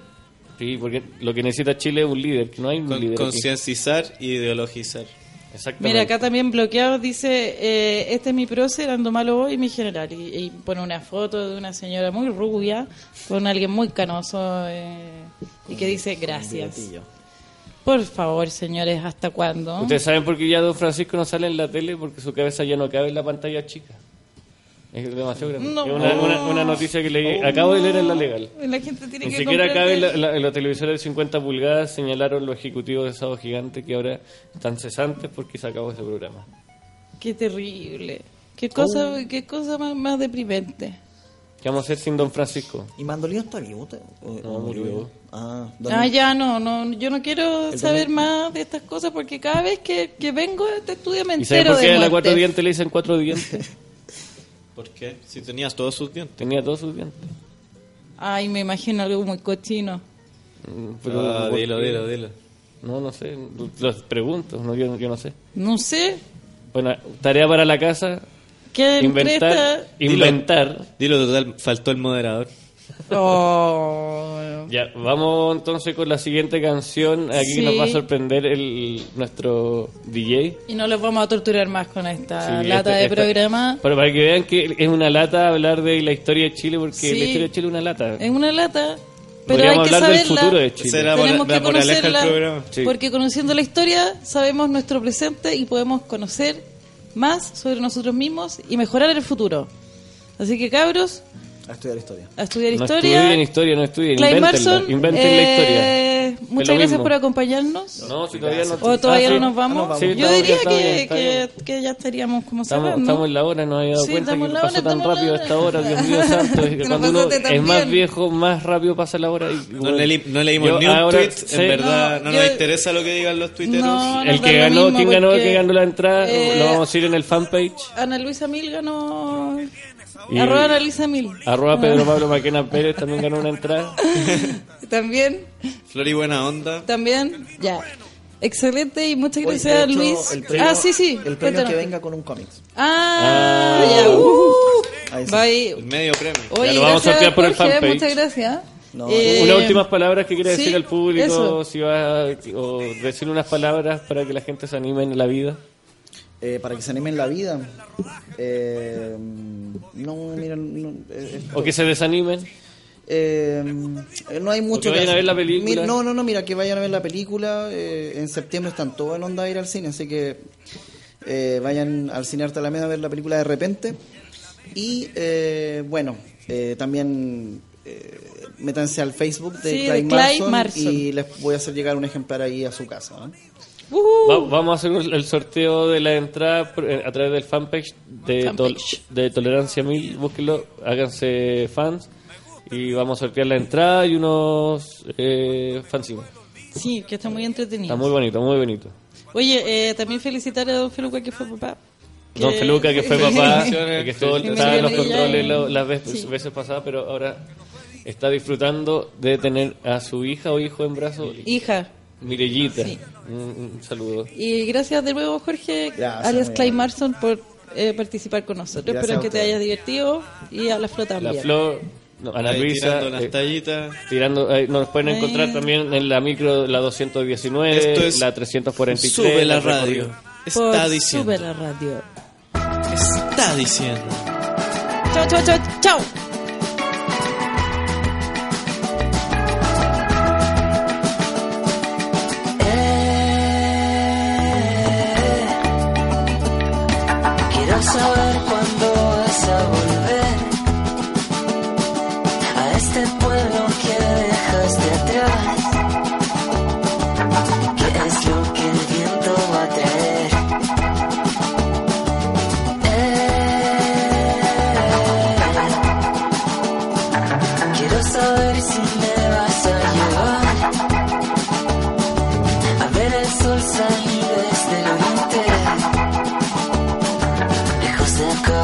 C: Sí, porque lo que necesita Chile es un líder, que no hay un
H: Con-
C: líder. aquí.
H: Concientizar
D: e
H: y ideologizar.
C: Exactamente.
B: Mira, acá también bloqueado dice, eh, este es mi prócer, ando malo hoy, mi general. Y, y pone una foto de una señora muy rubia con alguien muy canoso eh, y que dice gracias. Por favor, señores, ¿hasta cuándo?
C: Ustedes saben por qué ya Don Francisco no sale en la tele, porque su cabeza ya no cabe en la pantalla chica. Es demasiado grande.
B: No.
C: Es una, una- una noticia que leí, acabo de leer en la legal.
B: La gente tiene
C: Ni
B: que
C: siquiera
B: comprar
C: cabe
B: el-
C: la, la- los televisores de 50 pulgadas señalaron los ejecutivos de Sábado Gigante que ahora están cesantes porque se acabó ese programa.
B: Qué terrible. Qué cosa, qué cosa más, más deprimente.
C: ¿Qué vamos a hacer sin Don Francisco?
E: ¿Y Mandolino está vivo? usted? ¿O-
C: No, murió.
E: Ah,
B: Ah,
E: dale.
B: ya no, no, yo no quiero
E: El
B: saber
E: domingo.
B: más de estas cosas porque cada vez que, que vengo a este estudio me
C: ¿Y sabes
B: entero
C: por qué
B: de
C: a la cuatro
B: muertes.
C: dientes le dicen cuatro dientes?
D: ¿Por qué? Si tenías todos sus dientes.
C: Tenía todos sus dientes.
B: Ay, me imagino algo muy cochino.
C: Mm, Pero,
D: Ah,
C: ¿por
D: dilo,
C: qué?
D: dilo, dilo.
C: No, no sé. Los pregunto, no, yo, yo no sé.
B: No sé,
C: Bueno, tarea para la casa,
B: ¿qué
C: inventar,
B: empresa?
C: inventar.
D: Dilo total, faltó el moderador.
B: Oh,
C: Ya, vamos entonces con la siguiente canción. Aquí
B: Sí.
C: nos va a sorprender el, nuestro DJ.
B: y no los vamos a torturar más con esta
C: Sí,
B: lata
C: este-
B: de
C: esta-
B: programa.
C: Pero para que vean que es una lata hablar de la historia de Chile, porque
B: Sí.
C: la historia de Chile es una lata.
B: Es una lata, pero
C: Podríamos
B: hay que
C: hablar del
B: saberla.
C: futuro de Chile.
D: Esa era mora-
B: Tenemos que
D: la moraleja del
B: conocerla
D: programa.
C: Sí.
B: porque conociendo la historia sabemos nuestro presente y podemos conocer más sobre nosotros mismos y mejorar el futuro. Así que cabros,
E: A estudiar historia.
B: a estudiar
C: No
B: historia.
C: estudien historia, no estudien.
B: Clay
C: invéntenla,
B: Marson,
C: inventen
B: eh,
C: la historia. Es
B: muchas
C: lo
B: gracias
C: mismo.
B: por acompañarnos.
C: No, si todavía no.
B: ¿O todavía
C: Ah,
B: no
C: sí.
B: nos vamos?
E: Ah, nos vamos.
C: Sí,
B: Yo
C: está
B: diría
C: bien, está
B: que,
C: bien, está bien.
B: que- que ya estaríamos como
C: Estamos,
B: cerrando.
C: estamos en la hora, no había dado
B: Sí,
C: cuenta que
B: estamos en la
C: pasó
B: hora,
C: tan
B: estamos en la
C: rápido
B: hora.
C: esta hora, Dios mío santo.
B: Te lo
C: Cuando uno
B: pasaste tan
C: es más
B: bien.
C: viejo, más rápido pasa la hora. y,
D: No,
C: bueno,
D: le- no leímos
C: yo
D: ni un
C: ahora
D: tweet,
C: sé-
D: en verdad. No,
B: No,
D: nos
B: yo-
D: interesa lo que digan los tuiteros.
B: No,
C: El
B: nos da
C: que
B: lo
C: ganó,
B: mismo
C: ¿quién ganó,
B: porque,
C: quién ganó la entrada?
B: eh,
C: lo vamos a ir en el fanpage.
B: Ana Luisa Mil ganó.
C: Y- Ah.
B: Arroba Ana Luisa Mil.
C: Arroba Pedro Pablo Maquena Pérez también ganó una entrada.
B: También,
D: Flor y buena onda.
B: también, ya. Excelente y muchas
E: Oye,
B: gracias,
E: de hecho,
B: Luis.
E: el premio-
B: ah, sí, sí.
E: El premio es
B: cuéntanos.
E: que venga con un cómic.
B: Ah, ya. Uh,
E: Ahí sí.
B: Bye.
D: El medio premio.
B: Oye,
C: lo vamos a
B: gracias,
C: sortear por el
B: Jorge,
C: fanpage.
B: Muchas gracias. Eh,
E: No,
C: Unas últimas palabras que quiera
B: sí,
C: decir al público,
B: eso.
C: si va a- o decir unas palabras para que la gente se anime en la vida.
E: Eh, para que se animen la vida. Eh, no, miren. No, eh,
C: O que se desanimen.
E: eh, eh, no hay mucho.
C: vayan
E: hacer.
C: a ver la película.
E: Mira, no, no, no, mira, que vayan a ver la película. eh, en septiembre están todos en onda a ir al cine, así que eh, vayan al cine Arte Alameda a ver la película de repente. Y eh, bueno, eh, también eh, métanse al Facebook de
B: Sí, de
E: Clive
B: Clive
E: Marston
B: Marston.
E: y les voy a hacer llegar un ejemplar ahí a su casa. ¿no?
B: Ujú.
C: Va- vamos a hacer un- el sorteo de la entrada por- eh, a través del fanpage de, Tol-
B: Fanpage.
C: de Tolerancia 1000. Búsquenlo, háganse fans. Y vamos a sortear la entrada y unos eh, fanzines.
B: Sí, que está muy entretenido.
C: Está muy bonito, muy bonito.
B: Oye, eh, también felicitar a Don Feluca que fue papá. Eh,
C: Don
B: Que-
C: Feluca, que fue papá,
D: Felicitaciones.
C: que estuvo
B: Y me
C: estaba en los
B: dio anilla
C: controles
B: y-
C: lo- las veces,
B: sí.
C: veces pasadas, pero ahora está disfrutando de tener a su hija o hijo en brazos.
B: Hija.
C: Mirellita,
B: Sí.
C: un, un saludo.
B: Y gracias de nuevo, Jorge,
E: Gracias,
B: alias
E: muy
B: Clay
E: bien.
B: Marson, por eh, participar con nosotros.
E: Gracias
B: Espero
E: a
B: que te
E: ustedes.
B: hayas divertido y a la flor
C: La
B: también.
C: Flor, no, Ana
D: Ahí
C: Luisa.
D: tirando
C: eh,
D: las tallitas.
C: tirando, ahí nos pueden
B: Ahí.
C: encontrar también en la micro, la 219,
D: Esto es
C: la 343.
D: Sube la
C: el
D: radio.
C: recorrido.
B: Por
D: Está diciendo.
B: Sube la radio.
D: Está diciendo.
B: Chao, chao, chao, chao.
I: Quiero saber cuándo vas a volver a este pueblo que dejaste atrás. ¿Qué es lo que el viento va a traer? Eh, Quiero saber si me vas a llevar a ver el sol salir desde el oriente lejos de acá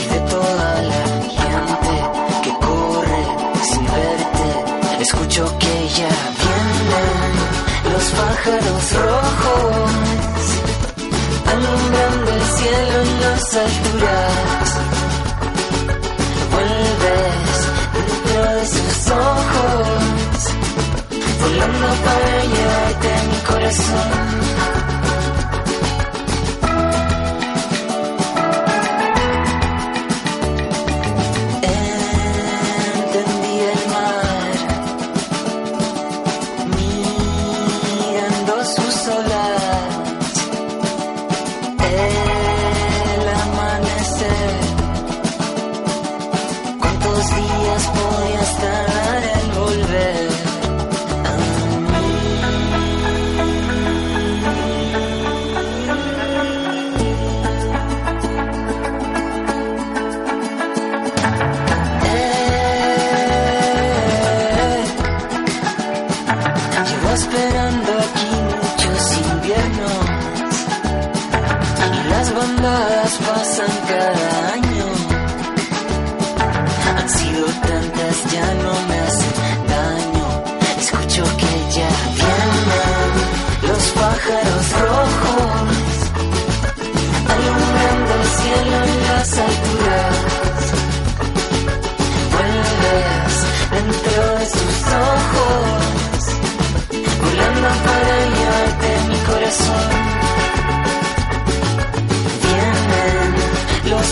I: y de toda la gente que corre sin verte. Escucho que ya vienen los pájaros rojos, alumbrando el cielo en las alturas. Vuelves dentro de sus ojos, volando para llevarte a mi corazón. Entendí el mar mirando sus olas, el amanecer Eh,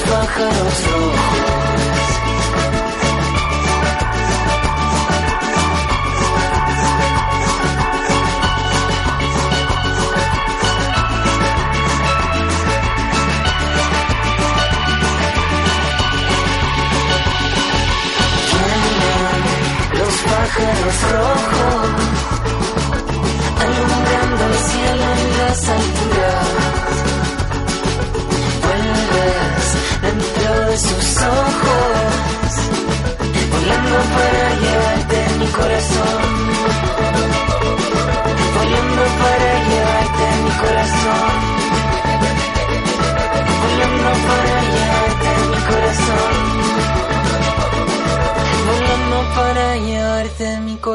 I: pájaros rojos. Tienen los pájaros rojos, alumbrando el cielo en las alturas. Vuelves dentro de sus ojos, volando para llevarte mi corazón. Volando para llevarte mi corazón. Volando para llevarte mi corazón. Volando para llevarte mi